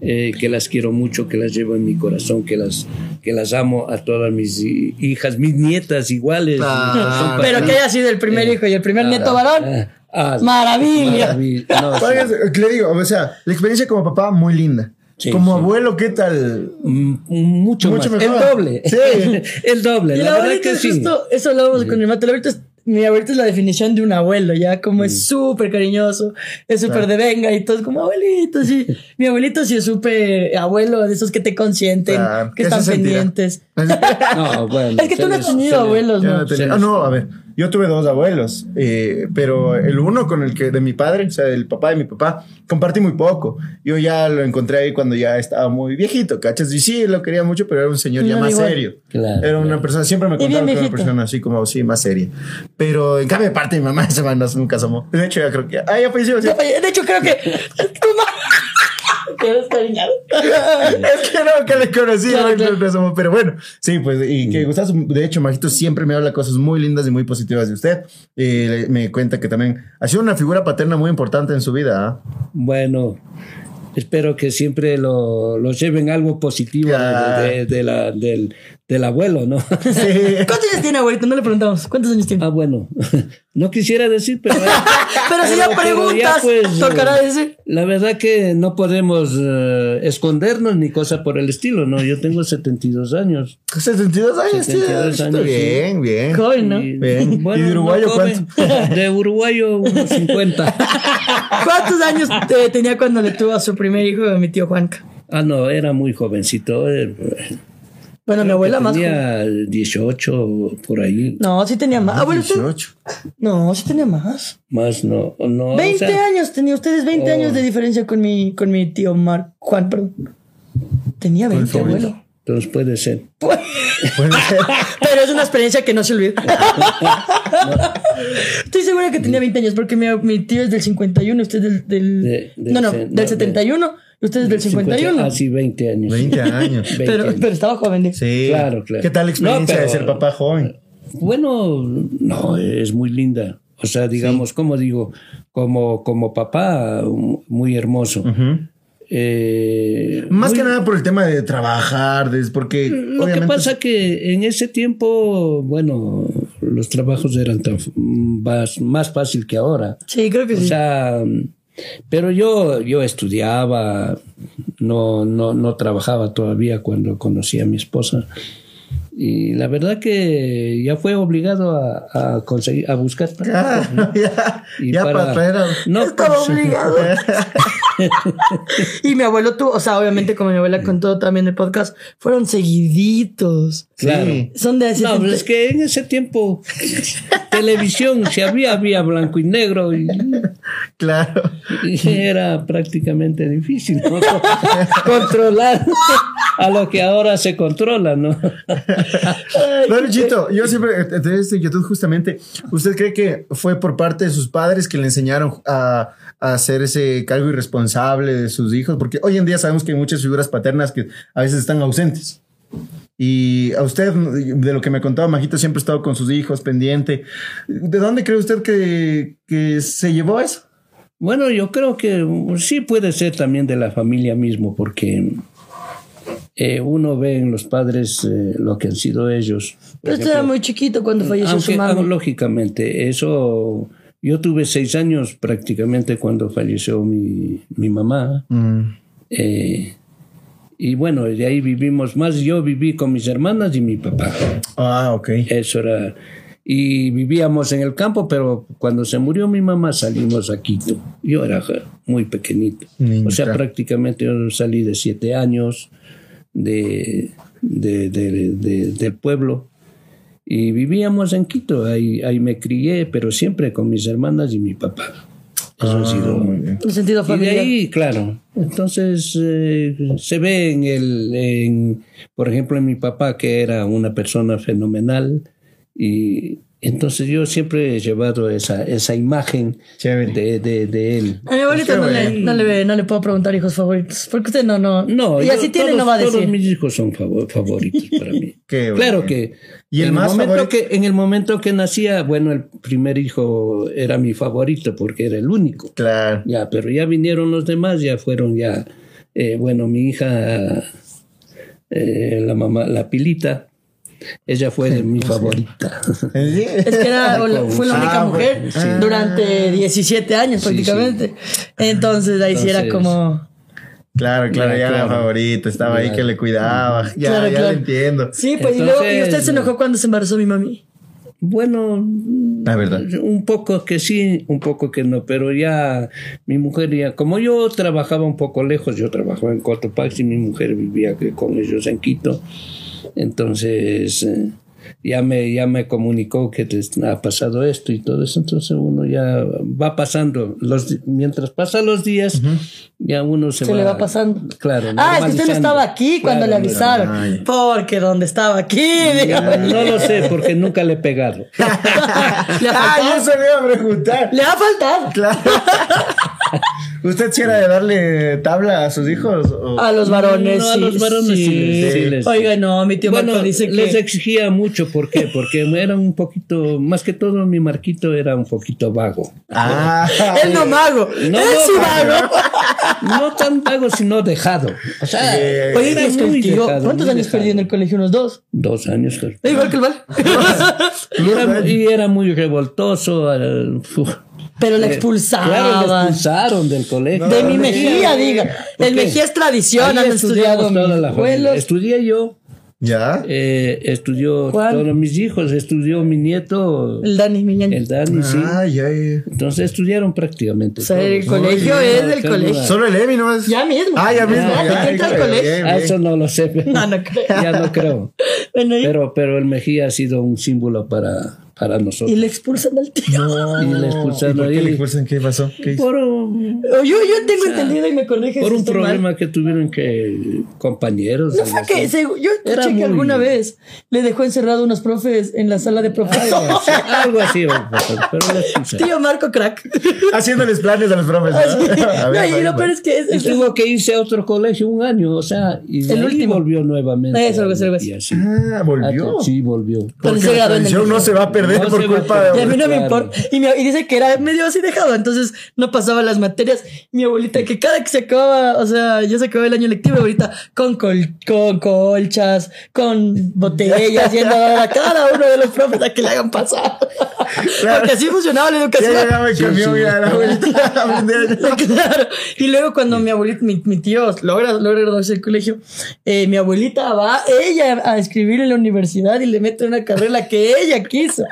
C: eh, que las quiero mucho, que las llevo en mi corazón, que las, que las amo a todas mis hi- hijas, mis nietas iguales.
A: Ah,
C: Son
D: Pero
C: para-
D: que haya sido el primer hijo y el primer nieto varón.
C: Ah,
D: Maravilla.
C: maravi-
D: Ah,
C: no, sí.
A: Oigan, eh, Le digo, o sea, la experiencia como papá, muy linda.
C: Sí,
A: como
C: sí.
A: abuelo, ¿qué tal?
C: Mm, Mucho,
A: Mucho
C: más.
A: mejor.
C: El doble.
A: Sí.
C: El doble.
D: Y
C: La,
D: la
C: verdad
D: abuelita
C: que
D: es
C: sí.
D: justo, eso hablábamos con mi mamá, la abuelita es, mi abuelita es la definición de un abuelo, ya como es súper cariñoso, es súper de venga y todo, es como abuelito, sí. mi abuelito sí es súper abuelo, de esos que te consienten,
C: Ah,
A: Claro,
D: que
A: Ah, ¿qué se
D: están
A: sentirá?
D: pendientes.
C: No, bueno,
D: es que tú no has
C: se les-
D: tenido
C: se les-
D: abuelos,
A: Yo
D: ¿no? Pues
A: no tenía-
C: Sí.
A: Ah, no, a ver. Yo tuve dos abuelos, eh, pero el uno con el que de mi padre, o sea, el papá de mi papá, compartí muy poco. Yo ya lo encontré ahí cuando ya estaba muy viejito, ¿cachas? Y sí, lo quería mucho, pero era un señor ya
D: No,
A: más
D: igual.
A: serio.
C: Claro,
A: era una
C: claro.
A: persona, siempre me
D: bien
A: contaron que era una
D: viejito.
A: persona así como, sí, más seria. Pero en cambio, de parte de mi mamá, esa man no- nunca asomó. De hecho, ya creo que. Ah, ya falleció. sí.
D: Ya falle- De hecho, creo que tu mamá... Te ves cariñado.
A: Es que no, que le conocí,
D: Claro,
A: no,
D: claro.
A: no, no somos- pero bueno, sí, pues, y que Gustavo, de hecho, Majito siempre me habla cosas muy lindas y muy positivas de usted. Y le- me cuenta que también ha sido una figura paterna muy importante en su vida. ¿ah?
C: Bueno, espero que siempre lo, lo lleven algo positivo
A: Ya.
C: de, de- de la, del, del abuelo, ¿no?
A: Sí.
D: ¿Cuántos años tiene, abuelito? No le preguntamos. ¿Cuántos años tiene?
C: Ah, bueno, no quisiera decir, pero...
D: Pero si ya
C: pero
D: preguntas,
C: pues,
D: tocará
C: eh,
D: decir.
C: La verdad que no podemos eh, escondernos ni cosa por el estilo, ¿no? Yo tengo 72 años.
A: 72 años,
C: 72
A: 72
C: años, sí.
A: bien, bien.
D: Joven, ¿no?
C: Y,
A: Bien. ¿Y de uruguayo
C: joven. De uruguayo unos 50.
D: ¿Cuántos años te- tenía cuando le tuvo a su primer hijo mi tío Juanca?
C: Ah, no, era muy jovencito. eh,
D: Bueno, mi abuela más. joven.
C: tenía 18 por ahí.
D: No, Ah, sí tenía más. Abuelo, usted-
A: 18.
D: No, sí tenía más.
C: Más no. no o
D: 20
C: sea, oh.
D: años tenía ustedes 20 años de diferencia con mi con mi tío Mar Juan, perdón. Tenía 20,
A: favorito.
D: abuelo.
C: Entonces puede ser.
A: Bueno,
D: Pero es una experiencia que no se olvida. Estoy segura que tenía 20 años porque mi, mi tío es del 51, usted del, del-
C: De- del
D: No, no,
C: se-
D: del
C: no, de-
D: 71, y usted es del 51.
C: Ah, sí, 20 años.
A: 20 años.
C: 20
D: pero,
C: años.
D: pero estaba joven. ¿eh?
A: Sí.
C: Claro, claro.
A: ¿Qué tal la experiencia
C: No, pero-
A: de ser papá joven?
C: Bueno, no, es muy linda. O sea, digamos, como digo, como, como papá, muy hermoso. Eh,
A: Más que nada por el tema de trabajar, des- porque
C: lo que
A: obviamente
C: pasa que en ese tiempo, bueno, los trabajos eran tan f- más, más fácil que ahora.
D: Sí, creo que
C: O
D: sí.
C: sea, pero yo, yo estudiaba, no, no, no trabajaba todavía cuando conocí a mi esposa. Y la verdad que ya fue obligado a, a conseguir, a buscar trabajo.
A: Ah, ya,
C: Y
A: ya para, traer a...
C: no,
D: Estaba
C: pues,
D: obligado. y mi abuelo tuvo, o sea, obviamente como mi abuela contó también el podcast, fueron seguiditos.
C: Claro.
A: Sí.
D: Son de
C: No,
D: 70.
C: pero es que en ese tiempo televisión, si había, había blanco y negro y,
A: Claro.
C: y era prácticamente difícil ¿no? controlar a lo que ahora se controla, ¿no?
A: No, Luchito, yo siempre eh, tenía esta inquietud justamente. ¿Usted cree que fue por parte de sus padres que le enseñaron a, a hacerse cargo irresponsable de sus hijos? Porque hoy en día sabemos que hay muchas figuras paternas que a veces están ausentes. Y a usted, de lo que me contaba Majito, siempre ha estado con sus hijos pendiente. ¿De dónde cree usted que, que se llevó eso?
C: Bueno, yo creo que mm, sí puede ser también de la familia mismo, porque eh, uno ve en los padres eh, lo que han sido ellos.
D: Pero usted era muy chiquito cuando falleció
C: Aunque,
D: su
C: ah,
D: mamá.
C: lógicamente, eso. Yo tuve seis años prácticamente cuando falleció mi, mi mamá. Eh, y bueno, de ahí vivimos más. Yo viví con mis hermanas y mi papá.
A: Ah, ok.
C: Eso era. Y vivíamos en el campo, pero cuando se murió mi mamá salimos a Quito. Yo era ja- muy pequeñito.
A: Niño,
C: o sea,
A: claro.
C: prácticamente yo salí de siete años de, de- de- de- del pueblo. Y vivíamos en Quito, ahí, ahí me crié, pero siempre con mis hermanas y mi papá. Eso ha
A: Ah,
C: sido.
D: En sentido
C: Y de
D: familiar.
C: ahí, claro. Entonces eh, se ve en el, en, por ejemplo, en mi papá que era una persona fenomenal y entonces yo siempre he llevado esa, esa imagen
A: Chévere.
C: de, de, de él.
D: A mi abuelita
A: Pues, Qué
D: no le,
A: bueno.
D: no, le, ve- no le puedo preguntar hijos favoritos. Porque usted no, no.
C: No,
D: y
C: yo-
D: así tiene,
C: todos,
D: no va a
C: Todos
D: decir.
C: mis hijos son favor- favoritos para mí.
A: Qué bueno.
C: claro que.
A: ¿Y el
C: en
A: más
C: momento
A: favorito?
C: que En el momento que nacía, bueno, el primer hijo era mi favorito porque era el único.
A: Claro.
C: Ya, pero ya vinieron los demás, ya fueron ya. eh, bueno, mi hija, eh, la mamá, la Pilita, ella fue de mi favorita.
D: Es que era, o la- fue la única
A: Ah,
D: mujer
A: bueno,
D: durante 17 años prácticamente. Entonces ahí sí era
C: Entonces-
D: como.
A: Claro, claro,
C: Ya,
A: ya,
C: claro.
A: era favorita, estaba ahí que le cuidaba. Ya,
D: Claro,
A: ya
D: claro.
A: lo entiendo.
D: Sí, pues y,
C: Entonces-
D: luego, y usted se enojó cuando se embarazó mi mami.
C: Bueno,
A: La verdad.
C: un poco que sí, un poco que no, pero ya mi mujer ya, como yo trabajaba un poco lejos, yo trabajaba en Cotopaxi y mi mujer vivía que- con ellos en Quito, entonces eh, ya, me, ya me comunicó que te- ha pasado esto y todo eso, entonces uno ya va pasando, los, di- mientras pasan los días, ya uno se,
D: Se le va pasando.
C: Claro.
D: ah, es que usted no
C: normalizando.
D: estaba aquí cuando le
C: Claro,
D: avisaron.
A: Ay.
D: Porque donde estaba aquí, digo. pues,
C: no- No lo sé, porque nunca le he pegado.
D: Le ha
A: Ah,
D: faltado.
A: yo se me iba a preguntar.
D: Le ha faltado.
A: Claro. ¿Usted si era de darle tabla a sus hijos? o-
D: A los varones.
C: No, a
D: sí,
C: los varones sí les- sí les-
D: Oiga, no, mi tío
C: Bueno,
D: Marco dice que.
C: les exigía mucho, ¿por qué? Porque era un poquito, más que todo mi marquito era un poquito vago.
A: Ah,
D: Él no mago.
C: No,
D: él sí
C: no,
D: mago.
C: No tan vago, sino dejado. O sea,
A: Bien.
D: Oye,
C: era
D: es que el
C: muy
D: tío,
C: dejado,
D: ¿cuántos
C: muy
D: años
C: dejado.
D: perdí en el colegio? Unos dos.
C: Dos años. creo.
D: Da Igual que el Val.
C: Y era, y era muy revoltoso. al- uf.
D: Pero la
C: Claro, lo
D: expulsaban.
C: expulsaron del colegio.
D: de mi
C: Ahí
D: Mejía, diga.
C: ¿Por
D: El
C: qué?
D: Mejía es tradición, han estudiado
C: estudiamos
D: mis
C: toda la familia.
D: abuelos.
C: Estudié yo,
A: ¿Ya?
C: eh, estudió
D: ¿Cuál?
C: todos mis hijos, estudió mi nieto,
D: El Dani Miñán.
C: el Dani, sí.
A: Ay, ay.
C: Entonces estudiaron prácticamente.
D: O sea, el
C: todos.
D: colegio
C: Muy
D: es
C: bien,
D: del
C: qué
D: colegio.
C: duda.
A: Solo el Emi nomás.
D: Ya mismo.
A: Ah, ya mismo.
D: Ya,
A: ya,
D: ¿te entra al
A: ya,
D: colegio?
A: bien,
C: Ah,
A: bien.
C: eso no lo sé. pero-
D: No, no creo.
C: ya no creo.
D: Bueno, y,
C: Pero, pero el Mejía ha sido un símbolo para, para
D: y
C: nosotros.
D: le expulsan al tío.
A: No.
C: Y le expulsaron
A: ¿Y por qué
C: ahí.
A: le expulsan? ¿Qué pasó? ¿Qué hizo?
C: Por un,
D: Yo, yo tengo entendido y me corriges.
C: por
D: si
C: un
D: estoy mal.
C: problema que tuvieron que compañeros.
D: No
C: algo
D: fue
C: así.
D: que, se- yo
C: Era
D: escuché que
C: muy-
D: alguna vez le dejó encerrado a unos profes en la sala de
C: Algo así,
D: profesores.
C: algo así, pero le expulsaron.
D: Tío Marco Crack.
A: Haciéndoles planes a los profes.
C: Ah,
A: ¿no? A ver,
D: no, y lo
A: a ver.
D: peor es que es,
C: Y
D: es-
C: tuvo que irse a otro colegio un año, o sea, y de
D: El
C: ahí
D: último.
C: volvió nuevamente.
D: Eso, algo así, algo así.
C: Y así.
A: Ah, volvió.
C: Ah, Sí, volvió.
D: Pero
A: Porque
D: se
A: la
D: graduó en el
A: tradición no se va a perder
C: No
A: por
C: se va a
A: culpa
C: perder.
D: Y a mí
A: de...
D: no me
C: Claro.
D: importa. Y, mi- y dice que era medio así dejado, entonces no pasaba las materias. Mi abuelita, que cada que se acababa, o sea, ya se acababa el año lectivo, ahorita con, col- con colchas, con botellas, yendo a dar a cada uno de los profes a que le hagan pasar. Porque así funcionaba la
A: Ya
D: educación.
A: llegaba el camión y a la abuelita a vender.
D: Claro. Y luego cuando mi abuelita, mi, mi tío logra, logra graduarse del colegio, eh, mi abuelita va ella a escribir en la universidad y le mete una carrera que ella quiso.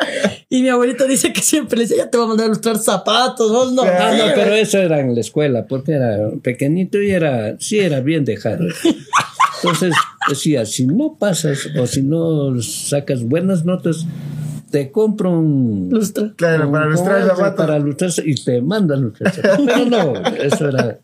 D: Y mi abuelita dice que siempre le dice, ella te va a mandar a ilustrar zapatos, vos no.
C: Ah, no,
D: vayas".
C: pero eso era en la escuela, porque era pequeñito y era, sí, era bien dejado. Entonces decía, si no pasas o si no sacas buenas notas, te compro un...
D: Ilustra.
A: Claro, para
C: un-
A: ilustrar
C: ¿cómo
A: la
C: es? Para
A: pata.
C: lustrarse y te mandan lustrarse. Pero no, eso era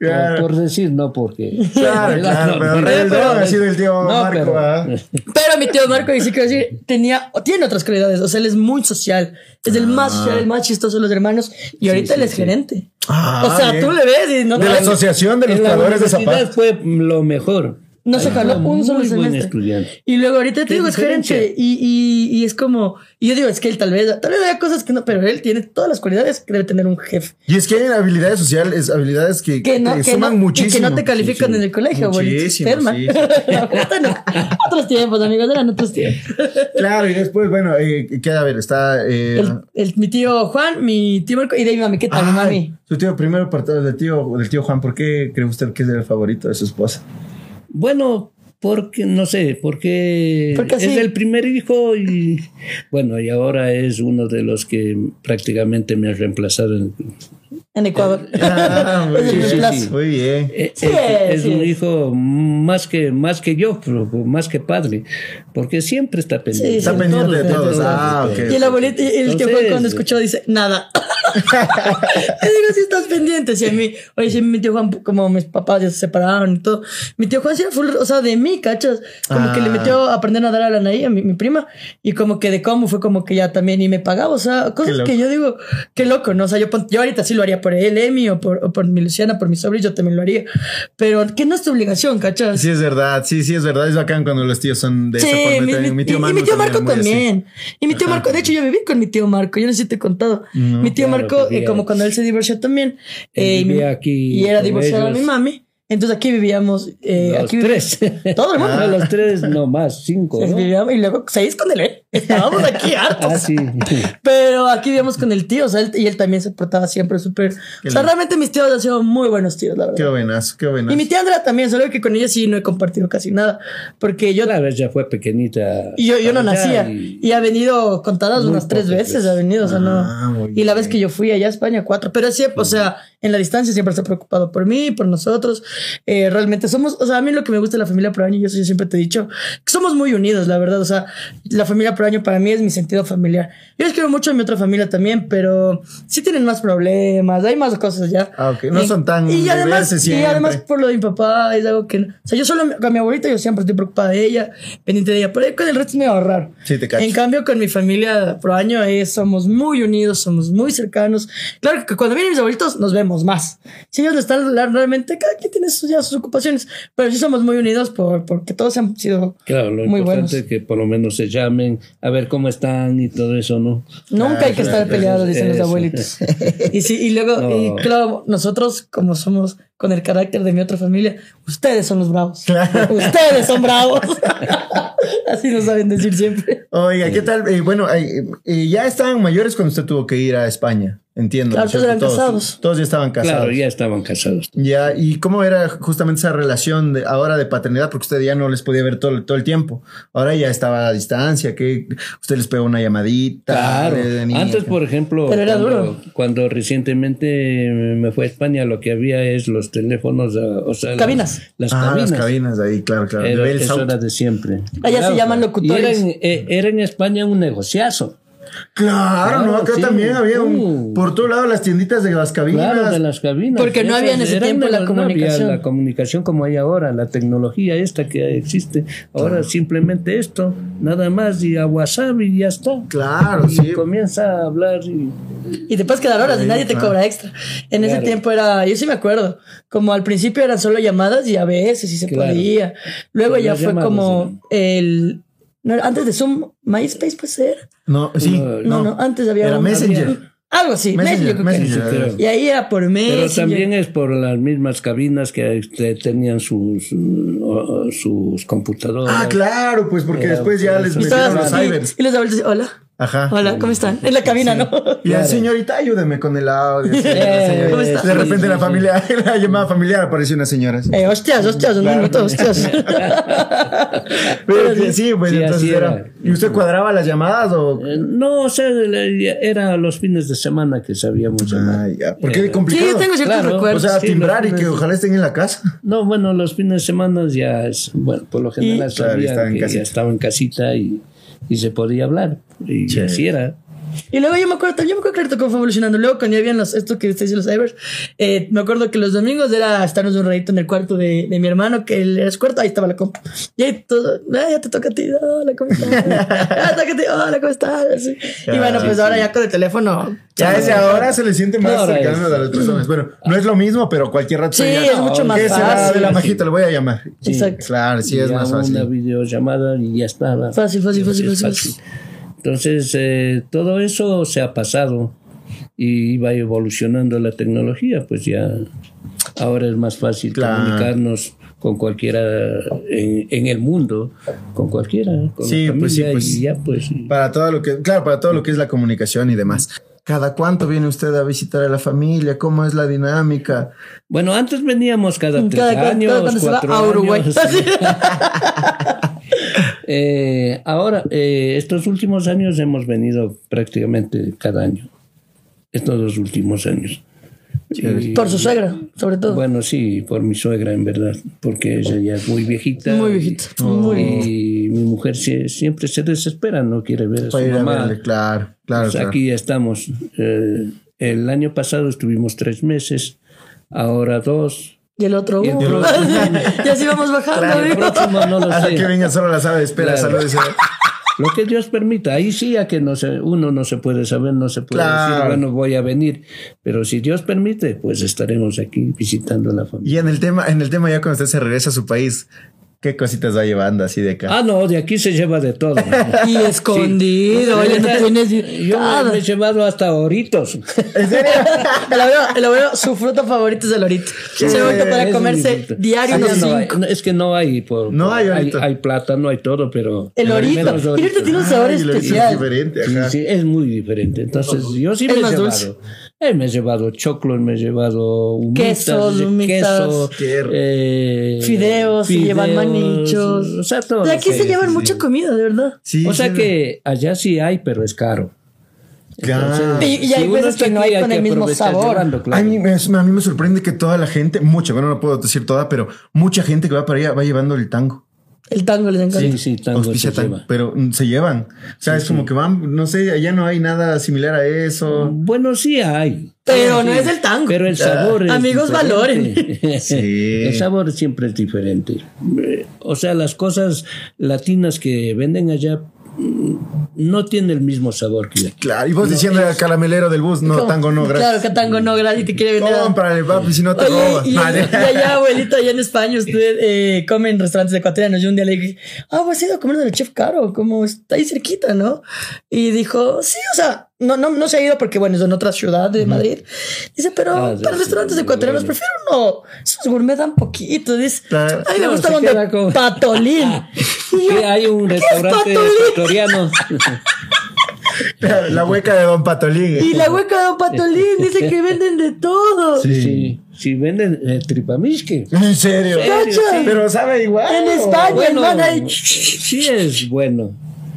A: Claro.
C: por, por decir, no porque...
A: Claro, claro, pero Rey
C: pero-
A: ha sido el tío
C: no,
A: Marco,
C: pero-
A: ¿ah?
D: Pero mi tío Marco dice que decir, tenía, o tiene otras cualidades, o sea, él es muy social, es el más social, el más chistoso de los hermanos, y ahorita él es gerente.
A: Ah,
D: o sea,
A: bien.
D: tú le ves y no
A: De
D: te
A: la
D: ves.
A: Asociación de
C: En la
A: Ilustradores de
C: universidad
A: Zapatos.
C: fue lo mejor.
D: No se
C: Ahí
D: jaló
C: fue
D: un solo
C: muy buen
D: semestre.
C: estudiante.
D: Y luego ahorita te
C: ¿Qué
D: digo, es
C: diferencia?
D: gerente. Y, y, y es como, y yo digo, es que él tal vez, tal vez haya cosas que no, pero él tiene todas las cualidades que debe tener un jefe.
A: Y es que hay habilidades sociales, habilidades que,
D: Que no,
A: te
D: que
A: Eh, suman
D: no,
A: muchísimo.
D: Y que no te califican en el colegio, abuelito.
A: Muchísimo,
D: Enferma.
A: sí,
D: Bueno, otros tiempos, amigos, eran otros tiempos.
A: Claro, y después, bueno, eh, queda a ver, está... Eh,
D: El, el- mi tío Juan, mi tío Marco y de mi mami, ¿qué tal, mi
A: ay,
D: mami?
A: Su tío, primero partido del tío, del tío Juan, ¿por qué cree usted que es el favorito de su esposa?
C: Bueno, porque no sé, porque,
D: Porque
C: es
D: sí.
C: el primer hijo y bueno, y ahora es uno de los que prácticamente me ha reemplazado. en-
D: En Ecuador.
A: Ah, muy
D: Es el
A: bien,
D: reemplazo.
A: Muy bien.
C: eh,
D: Sí,
C: es, es
D: sí
C: un
D: es.
C: hijo más que más que yo, pero más que padre, porque siempre está pendiente.
D: Sí,
A: Está pendiente de
D: todos, este.
A: todos. Ah, ok. eh,
D: Y el abuelito, y el tío Juan
C: Entonces-
D: cuando escuchó dice, nada. Le digo, si estás pendiente, si a mí, oye, si a mí mi tío Juan, como mis papás ya se separaron y todo, mi tío Juan sí era full, o sea, de mí, cachas, como
A: Ah.
D: que le metió a aprender a dar a la Anaí, a mi, mi prima, y como que de cómo fue como que ya también, y me pagaba, o sea, cosas
A: loco.
D: que yo digo, qué loco, ¿no? O sea, yo, pon- yo ahorita sí lo haría por él, Emi, o por, o por mi Luciana, por mi sobrino, yo también lo haría, pero que no es tu obligación, cachas.
A: Sí, es verdad, sí, sí, es verdad. Es bacán cuando los tíos son de esa forma.
D: mi-
A: también. Mi
D: mi-
A: tío
D: y- y
A: Manu
D: mi tío Marco
A: también era muy así.
D: también. Y mi tío Marco, de hecho, yo viví con mi tío Marco, yo no sé si te he contado. mi tío
C: claro,
D: Marco, eh,
C: vivías.
D: como cuando él se divorció también,
C: Él
D: eh, y mi-
C: vivía aquí
D: y era
C: con
D: divorciado de mi
C: ellos.
D: mami. Entonces aquí vivíamos, eh,
C: Los
D: aquí
C: tres.
D: vivíamos- todo el mundo.
C: No, los tres, no más, cinco.
D: Entonces
C: ¿no?
D: vivíamos- y luego seis con él, ¿eh? estábamos aquí hartos.
C: Ah, sí.
D: Pero aquí vivíamos con el tío, o sea, él- y él también se portaba siempre súper. O sea,
A: lindo.
D: realmente mis tíos han sido muy buenos tíos, la verdad.
A: Qué buenazo, qué buenazo.
D: Y mi tía Andrea también, solo que con ella sí no he compartido casi nada, porque yo
C: Una vez ya fue pequeñita.
D: Y yo, yo no
C: para allá
D: nacía.
C: y-
D: Y, ha venido contadas
C: Muy
D: unas tres
C: pocas
D: veces,
C: veces.
D: ha venido, o sea,
A: Ah,
D: no.
A: muy
D: Y la vez que yo fui allá a España, cuatro. Pero siempre, o sea, en la distancia siempre se ha preocupado por mí, por nosotros. Eh, realmente somos, o sea, a mí lo que me gusta de la familia Proaño, y eso yo siempre te he dicho, que somos muy unidos, la verdad. O sea, la familia Proaño para mí es mi sentido familiar. Yo les quiero mucho a mi otra familia también, pero sí tienen más problemas, hay más cosas ya.
A: Ah, ok. No
D: Y-
A: son tan
D: Y además,
A: diversas
D: y
A: siempre.
D: además por lo de mi papá es algo que... no- O sea, yo solo con mi abuelita yo siempre estoy preocupada de ella, pendiente de ella, pero con el resto me va a ahorrar.
A: Sí, te cacho.
D: En cambio, con mi familia por año eh, somos muy unidos, somos muy cercanos. Claro que cuando vienen mis abuelitos nos vemos, somos más. Si ellos lo están la- realmente, cada quien tiene sus, ya sus ocupaciones, pero sí somos muy unidos por, porque todos han sido
C: Claro, lo
D: muy buenos.
C: importante es que por lo menos se llamen a ver cómo están y todo eso, ¿no?
D: Nunca hay
A: Claro,
D: que estar
A: claro,
D: peleados,
C: eso,
D: dicen los
C: Ah, eso.
D: abuelitos. Y sí, y luego,
C: No.
D: y claro, nosotros, como somos con el carácter de mi otra familia, ustedes son los bravos. Ustedes son bravos. Así nos saben decir siempre.
A: Oiga, ¿qué tal? Eh, bueno, eh, eh, ya estaban mayores cuando usted tuvo que ir a España, entiendo. ¿no
D: Claro,
A: es
D: todos
A: cierto?
D: eran casados.
A: Todos ya estaban casados.
C: Claro,
A: ya.
C: ya estaban casados.
A: ¿y cómo era justamente esa relación de, ahora de paternidad? Porque usted ya no les podía ver todo, todo el tiempo. Ahora ya estaba a distancia, que usted les pegó una llamadita.
C: Claro.
A: de- de niña,
C: Antes,
A: que-
C: por ejemplo,
D: Pero era
C: cuando,
D: duro.
C: cuando recientemente me fui a España, lo que había es los teléfonos, ah, o sea, las-
D: Cabinas.
C: Las,
A: Ah,
C: cabinas.
A: las cabinas ahí, claro, claro.
C: Era-
A: De Bell
C: eso
A: South.
C: era de siempre.
D: Allá se llaman locutores.
C: Y Era en, eh, era en España un negociazo.
A: Claro, no,
C: Claro,
A: acá
C: sí.
A: también había un-
C: Uh.
A: por todo lado las tienditas de las cabinas.
C: Claro, de las cabinas.
D: Porque no había en ese
C: eran
D: tiempo la
C: no había
D: comunicación.
C: la comunicación como hay ahora, la tecnología esta que existe. Ahora simplemente esto, nada más, y a WhatsApp y ya está.
A: Claro,
C: Y
A: sí.
C: comienza a hablar y
D: Y te puedes quedar horas y nadie te
A: claro.
D: cobra extra. En ese
C: Claro.
D: tiempo era, yo sí me acuerdo, como al principio eran solo llamadas y a veces sí se
C: Claro.
D: podía. Luego
C: Pero
D: ya
C: las
D: fue
C: llamadas
D: como el... no, antes de Zoom, MySpace puede ser.
A: No, sí.
D: No, no, antes había...
A: Era
D: un-
A: Messenger.
D: había- algo así,
A: Messenger,
D: Messenger, creo que era.
A: Messenger.
C: Sí, creo.
D: Y ahí era por
C: Pero
D: Messenger.
C: también es por las mismas cabinas que este, tenían sus, mm, o- o sus computadoras.
A: Ah, claro, pues porque
C: Era-
A: después ya les
C: Y
D: Y,
A: metieron los
D: todas- y-
A: cybers.
D: y los abuelos dicen, hola,
A: Ajá.
D: hola, ¿cómo están? En la cabina, ¿no?
A: Y la señorita, ayúdeme con el audio. señora, señorita.
D: Eh, ¿cómo está?
A: De repente
C: Sí,
A: la
C: sí,
A: familia, la llamada familiar apareció una señora. así.
D: Eh, hostias, hostias, un minuto, hostias.
A: Pero, sí, sí, pues
C: Sí,
A: entonces
C: así
A: era.
C: era.
A: ¿Y usted cuadraba las llamadas o...?
C: Eh, No, o sea, le- era los fines de semana que sabíamos llamar.
A: Ay, ya. Porque
C: Eh,
A: es
D: Sí,
A: complicado.
D: yo tengo ciertos
C: Claro.
A: o
D: recuerdos.
A: sea,
C: sí,
A: timbrar
C: los
A: y que
C: fines.
A: ojalá estén en la casa.
C: No, bueno, los fines de semana ya es, bueno, por lo general
A: Claro,
C: sabían
A: estaba en
C: que
A: casita.
C: ya estaba en casita y, y se podía hablar. Y
A: Sí.
C: así era.
D: Y luego yo me acuerdo, yo me acuerdo claro cómo fue evolucionando. Luego cuando ya habían los, esto que usted dice, los cybers, eh, me acuerdo que los domingos era estarnos un ratito en el cuarto de, de mi hermano, que él era su cuarto, ahí estaba la compu. Y ahí todo, "Ah, ya te toca a ti, hola, ¿cómo estás? Ah, toca a ti, hola, ¿cómo estás? Así. Y
A: Ah,
D: bueno, pues
A: sí.
D: ahora ya con el teléfono.
A: Ya desde ahora se le siente más
C: Ahora
A: cercano
C: es-
A: a las personas. Bueno, no es lo mismo, pero cualquier rato
D: Sí,
A: se
D: es mucho más
A: ¿Qué será de
D: fácil.
A: la majita? Le voy a llamar.
D: Sí. Exacto.
A: Claro, sí, es
C: Ya
A: más
C: Una
A: fácil.
C: videollamada y ya estaba.
D: Fácil, fácil, fácil,
C: Es
D: fácil.
C: Entonces, eh, todo eso se ha pasado y va evolucionando la tecnología, pues ya ahora es más fácil
A: Claro.
C: comunicarnos con cualquiera en, en el mundo, con cualquiera, con
A: Sí,
C: la familia
A: pues sí, pues.
C: y ya pues... y-
A: Para todo lo que, claro, para todo lo que es la comunicación y demás. ¿Cada cuánto viene usted a visitar a la familia? ¿Cómo es la dinámica?
C: Bueno, antes veníamos cada tres
D: Cada cuan-
C: años,
D: cada cuando se va
C: cuatro
D: a Uruguay.
C: años. Eh, ahora, eh, estos últimos años hemos venido prácticamente cada año. Estos dos últimos años. Y-
D: Por su suegra, sobre todo.
C: Bueno, sí, por mi suegra, en verdad, porque ella ya es muy viejita.
D: Muy viejita,
C: Y,
D: muy
C: y mi mujer sie- siempre se desespera, no quiere ver a su
A: Para ir a
C: mamá.
A: verle, claro, claro,
C: Pues
A: claro.
C: Aquí ya estamos. Eh, el año pasado estuvimos tres meses, ahora dos.
D: y el otro,
C: y el
D: uh,
C: próximo.
D: y así vamos bajando.
C: El
D: amigo.
C: próximo no lo
A: Hasta
C: sé.
A: que venga solo la sala de espera,
C: Claro.
A: saludos.
C: Lo que Dios permita, ahí sí a que no se, uno no se puede saber, no se puede
A: Claro.
C: decir, bueno, voy a venir. Pero si Dios permite, pues estaremos aquí visitando a la familia.
A: Y en el tema, en el tema ya cuando usted se regresa a su país, ¿qué cositas va llevando así de acá?
C: Ah, no, de aquí se lleva de todo.
D: Y escondido, oye, no tienes
C: Yo
D: nada.
C: me he llevado hasta oritos.
A: ¿En serio?
D: El abuelo, el abuelo, su fruta favorita es el orito. Seguro que
C: Ese
D: para
C: es mi
D: comerse
C: fruta.
D: diario
C: Allá
D: unos
C: no hay,
D: cinco.
C: no, es que no hay. Por,
A: No hay
C: hay,
A: orito.
C: hay plátano, hay todo, pero.
D: El orito.
C: menos
D: El orito tiene un sabor
A: Ay, lo hizo
D: especial.
A: diferente,
C: Sí,
A: ajá.
C: sí, es muy diferente. Entonces, yo sí
D: Es
C: me he
D: más
C: llevado.
D: dulce.
C: eh, me he llevado choclo, me he llevado humitas,
D: Quesos,
C: eh,
D: humitas.
C: queso,
A: Qué rico.
C: eh,
D: Fideos, se llevan
C: fideos,
D: manichos.
C: O sea, todo.
D: De
C: lo
D: aquí
C: que
D: se
C: es,
D: llevan
C: sí.
D: mucha comida, de verdad.
A: Sí,
C: O sea
A: sí,
C: que allá sí hay, pero es caro.
A: Claro.
D: Ah. Y, y hay
C: uno
D: veces
C: está
D: que no
C: aquí,
D: hay con
C: que
D: el mismo
C: aprovechar
D: sabor.
C: llevando,
A: A
C: claro.
A: mí, me, a mí me sorprende que toda la gente, mucha, bueno, no puedo decir toda, pero mucha gente que va para allá va llevando el tango.
D: El tango les encanta.
C: Sí, sí, tango se
A: Auspicia tango,
C: lleva.
A: pero mm, se llevan. O sea, es como que van, no sé, allá no hay nada similar a eso.
C: Bueno, sí hay.
D: Pero
C: Sí,
D: no
C: sí.
D: es el tango.
C: Pero el sabor es
D: Amigos,
C: diferente.
A: Sí.
C: El sabor siempre es diferente. Eh, O sea, las cosas latinas que venden allá mm, no tiene el mismo sabor que aquí.
A: Claro, y vos diciendo al caramelero del bus, no,
D: ¿Cómo?
A: tango no,
D: Claro,
A: gracias.
D: que tango no, gracias. Y te quiere vender. a-
A: Cómprale, papi, si no te
D: Oye,
A: robas.
D: y, y
A: Vale.
D: allá, abuelito, allá en España, usted eh, come en restaurantes ecuatorianos. Yo un día le dije, ah, pues he ido a comer del chef caro, como está ahí cerquita, ¿no? Y dijo, sí, o sea, no, no, no se ha ido porque, bueno, es en otra ciudad de Madrid. Dice, pero
C: Ah, sí,
D: para
C: sí,
D: restaurantes
C: sí,
D: ecuatorianos
C: bueno.
D: prefiero no. Esos gourmet dan poquito. Dice,
A: Claro.
D: ay, me
C: No,
D: gusta
C: se
D: donde
C: queda con-
D: patolín. Y yo,
C: Sí, Ah, hay un
D: ¿qué es
C: restaurante
D: patolín?
C: ecuatoriano.
A: La hueca de Don Patolín.
D: Y la hueca de Don Patolín dice que venden de todo.
C: Sí. sí, venden eh, tripamisque.
A: En serio.
D: Cacha.
A: Pero sabe igual.
D: En España,
C: Bueno,
D: hermana. y-
C: sí es bueno.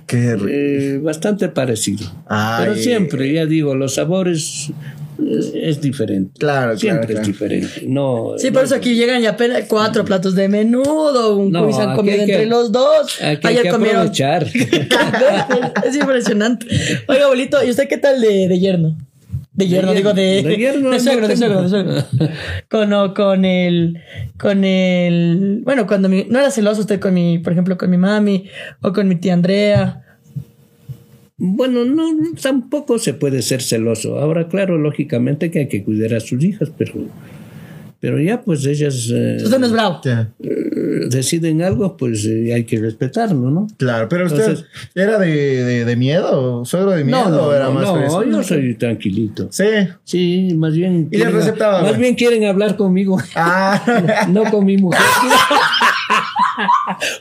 A: Qué rico.
C: Eh, bastante parecido.
A: Ay.
C: Pero siempre, ya digo, los sabores eh, es diferente.
A: Claro,
C: Siempre
A: claro,
C: es diferente. No,
D: Sí,
C: no-
D: por eso aquí llegan ya apenas cuatro platos de menudo, un
C: No,
D: cuis han
C: aquí
D: comido
C: hay que-
D: entre los dos.
C: aquí hay
D: Ayer
C: que
D: comieron.
C: aprovechar.
D: es impresionante. Oiga, abuelito, ¿y usted qué tal de, de yerno? De yerno, digo,
C: yerno.
D: de,
C: De yerno
D: de
C: no
D: suegro, de suegro,
C: tengo.
D: de suegro. Con, o- con el, con el, bueno, cuando mi- no era celoso usted con mi, por ejemplo, con mi mami o con mi tía Andrea.
C: Bueno, no, tampoco se puede ser celoso. Ahora, claro, lógicamente que hay que cuidar a sus hijas, pero, pero ya pues ellas eh,
D: Usted no es bravo.
A: Ya.
C: eh, deciden algo, pues eh, hay que respetarlo, ¿no?
A: Claro, pero usted
C: Entonces-
A: era de, de, de miedo, suegro de miedo, o era más
C: no,
A: fresco?
C: yo soy tranquilito.
A: Sí.
C: Sí, más bien.
A: Y les
C: quieren-
A: recetaba,
C: más
A: güey.
C: bien quieren hablar conmigo,
A: Ah,
C: no con mi mujer.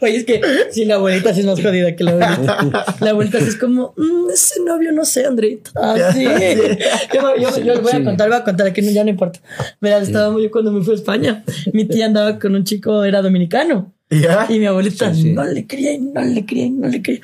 D: Oye, es que si la abuelita sí es más jodida que la abuelita. La abuelita sí es como, "Mm, ese novio no sé, Andrita. Ah, sí. Yo, yo- yo les voy a
C: Sí.
D: contar, voy a contar, que no, ya no importa. Verás, estábamos yo cuando me fui a España. Mi tía andaba con un chico, era dominicano.
A: ya.
D: Y mi abuelita
C: Sí, sí.
D: no le creía y no le creía y no le creía.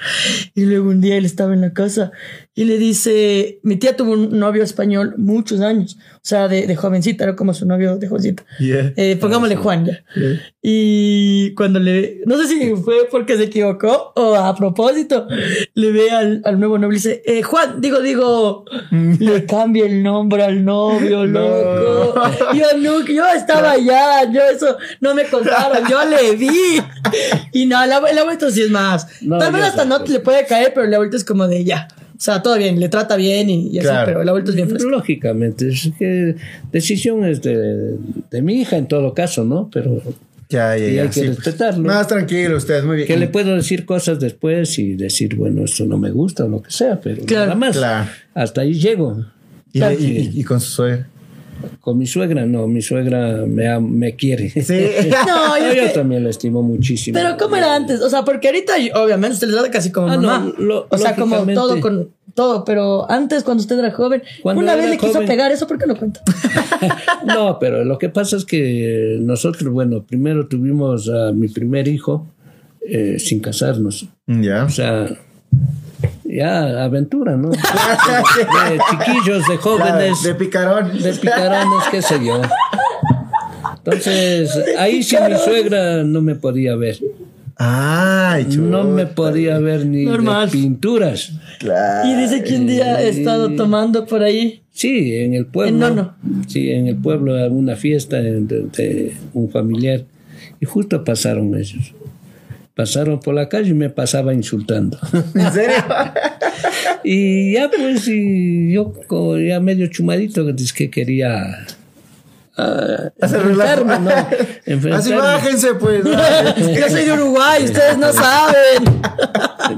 D: Y luego un día él estaba en la casa y le dice, mi tía tuvo un novio español muchos años, o sea, de, de jovencita, era como su novio de jovencita.
A: Yeah.
C: Ah,
D: Eh, pongámosle Juan ya.
A: Sí.
D: Y cuando le, no sé si fue porque se equivocó o a propósito, le ve al, al nuevo novio y dice, eh, Juan, digo, digo,
C: Mm.
D: le cambia el nombre al novio, loco. Yo nunca, yo estaba allá, yo eso, no me contaron, yo le vi. Y no, la, la vuelta sí es más.
C: No,
D: Tal vez
C: yo
D: hasta
C: sé.
D: no le puede caer, pero la vuelta es como de ya. O sea, todo bien, le trata bien y, y así,
A: Claro.
D: pero la vuelta es bien fresca.
C: Lógicamente, es que decisión es de, de mi hija en todo caso, ¿no? Pero
A: Ya, ya,
C: Y
A: ya.
C: hay que
A: sí. pues.
C: respetarlo.
A: Más tranquilo usted, muy bien.
C: que le puedo decir cosas después y decir, bueno, esto no me gusta o lo que sea, pero
D: Claro.
C: nada más.
A: Claro.
C: Hasta ahí llego.
A: Y, le- y- y- y con su suegra.
C: Con mi suegra, no, mi suegra me, am- me quiere.
A: Sí.
D: No, y
C: yo
D: es que-
C: también la estimo muchísimo.
D: Pero ¿cómo era antes? O sea, porque ahorita yo- obviamente usted le trata casi como
C: Ah, no,
D: mamá.
C: lo-
D: o sea, como
C: lógicamente.
D: todo con todo, pero antes cuando usted era joven,
C: Cuando
D: una
C: era
D: vez le quiso
C: joven.
D: pegar, eso por qué no cuenta.
C: No, pero lo que pasa es que nosotros, bueno, primero tuvimos a mi primer hijo eh, sin casarnos.
A: Ya.
C: O sea, ya aventura, ¿no? De chiquillos, de jóvenes.
A: Claro, de picarón.
C: de picarones, qué sé yo. Entonces, ahí sí mi suegra no me podía ver.
A: Ay, chulo.
C: No me podía ver ni
D: Normal.
C: de pinturas.
A: Claro.
D: Y dice que un día he estado tomando por ahí.
C: Sí, en el pueblo.
D: En Nono.
C: Sí, en el pueblo había una fiesta de, de- de un familiar. Y justo pasaron ellos. Pasaron por la calle y me pasaba insultando.
A: ¿En serio?
C: Y ya pues, y yo co- ya medio chumadito, dice que quería... ah,
A: Hacer relajo.
C: enfrentarme, ¿no?
A: Así
C: Enfrentarme.
A: bájense, pues.
D: Yo soy de Uruguay, ustedes no saben.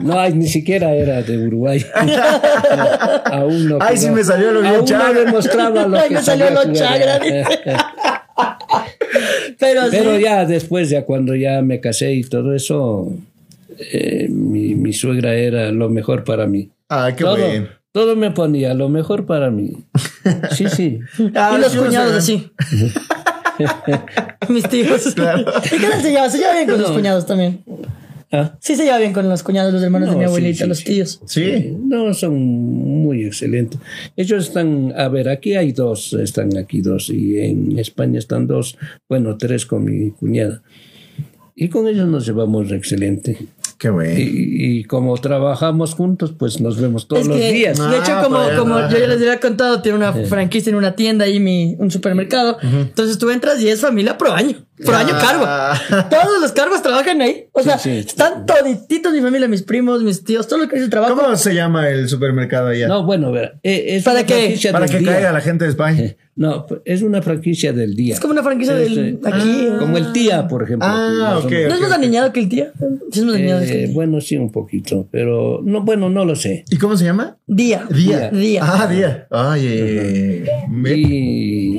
C: No, ay, ni siquiera era de Uruguay. Aún no.
A: Ay, sí me salió lo bien
C: Aún no
A: chagra.
C: demostraba lo
D: Ay,
C: que
D: me salió
C: sabía
D: lo
C: jugar.
D: chagra, Pero,
C: Pero
D: sí.
C: ya después, ya cuando ya me casé y todo eso, eh, mi, mi suegra era lo mejor para mí.
A: Ah, qué
C: todo,
A: bueno.
C: todo me ponía lo mejor para mí. Sí, sí.
A: Ah,
D: y los
A: sí, no
D: cuñados
A: sé.
D: así. Mis tíos. ¿Y qué tal se lleva? Se lleva bien con los cuñados también.
C: Ah,
D: Sí se lleva bien con los cuñados, los hermanos de
C: No,
D: mi
C: sí,
D: abuelita,
C: sí,
D: los
C: sí.
D: tíos.
A: Sí.
C: Eh, No, son muy excelentes. Ellos están, a ver, aquí hay dos, están aquí dos, y en España están dos, bueno, tres con mi cuñada. Y con ellos nos llevamos excelente.
A: Qué bueno.
C: Y, y como trabajamos juntos, pues nos vemos todos
D: Es
C: los
D: que,
C: días.
A: Ah,
D: De hecho, como,
A: pues,
D: como
A: ajá.
D: yo ya les había contado, tiene una franquicia en una tienda y mi, un supermercado. Entonces tú entras y es familia pro año. Pro año
A: Ah.
D: cargo. Todos los cargos trabajan ahí. O sea,
C: sí, sí.
D: están todititos mi familia, mis primos, mis tíos, todos los que hacen trabajo.
A: ¿Cómo se llama el supermercado allá?
C: No, bueno, verá, eh, es
D: ¿Para
C: una
D: qué?
C: franquicia
A: Para
C: del
A: que
C: día.
A: caiga la gente de España.
C: No, es una franquicia del día.
D: Es como una franquicia
C: Es,
D: del.
C: eh,
D: aquí.
C: Como el tía, por ejemplo.
A: Ah,
C: que más o
A: ok.
C: menos.
D: ¿No es más aniñado que el tía? Sí, es más aniñado que
C: Eh,
D: el tía.
C: bueno, sí, un poquito, pero no, bueno, no lo sé.
A: ¿Y cómo se llama?
D: Día.
A: Día.
D: Día.
A: Ah, día. Ay, eh, me-
C: Y,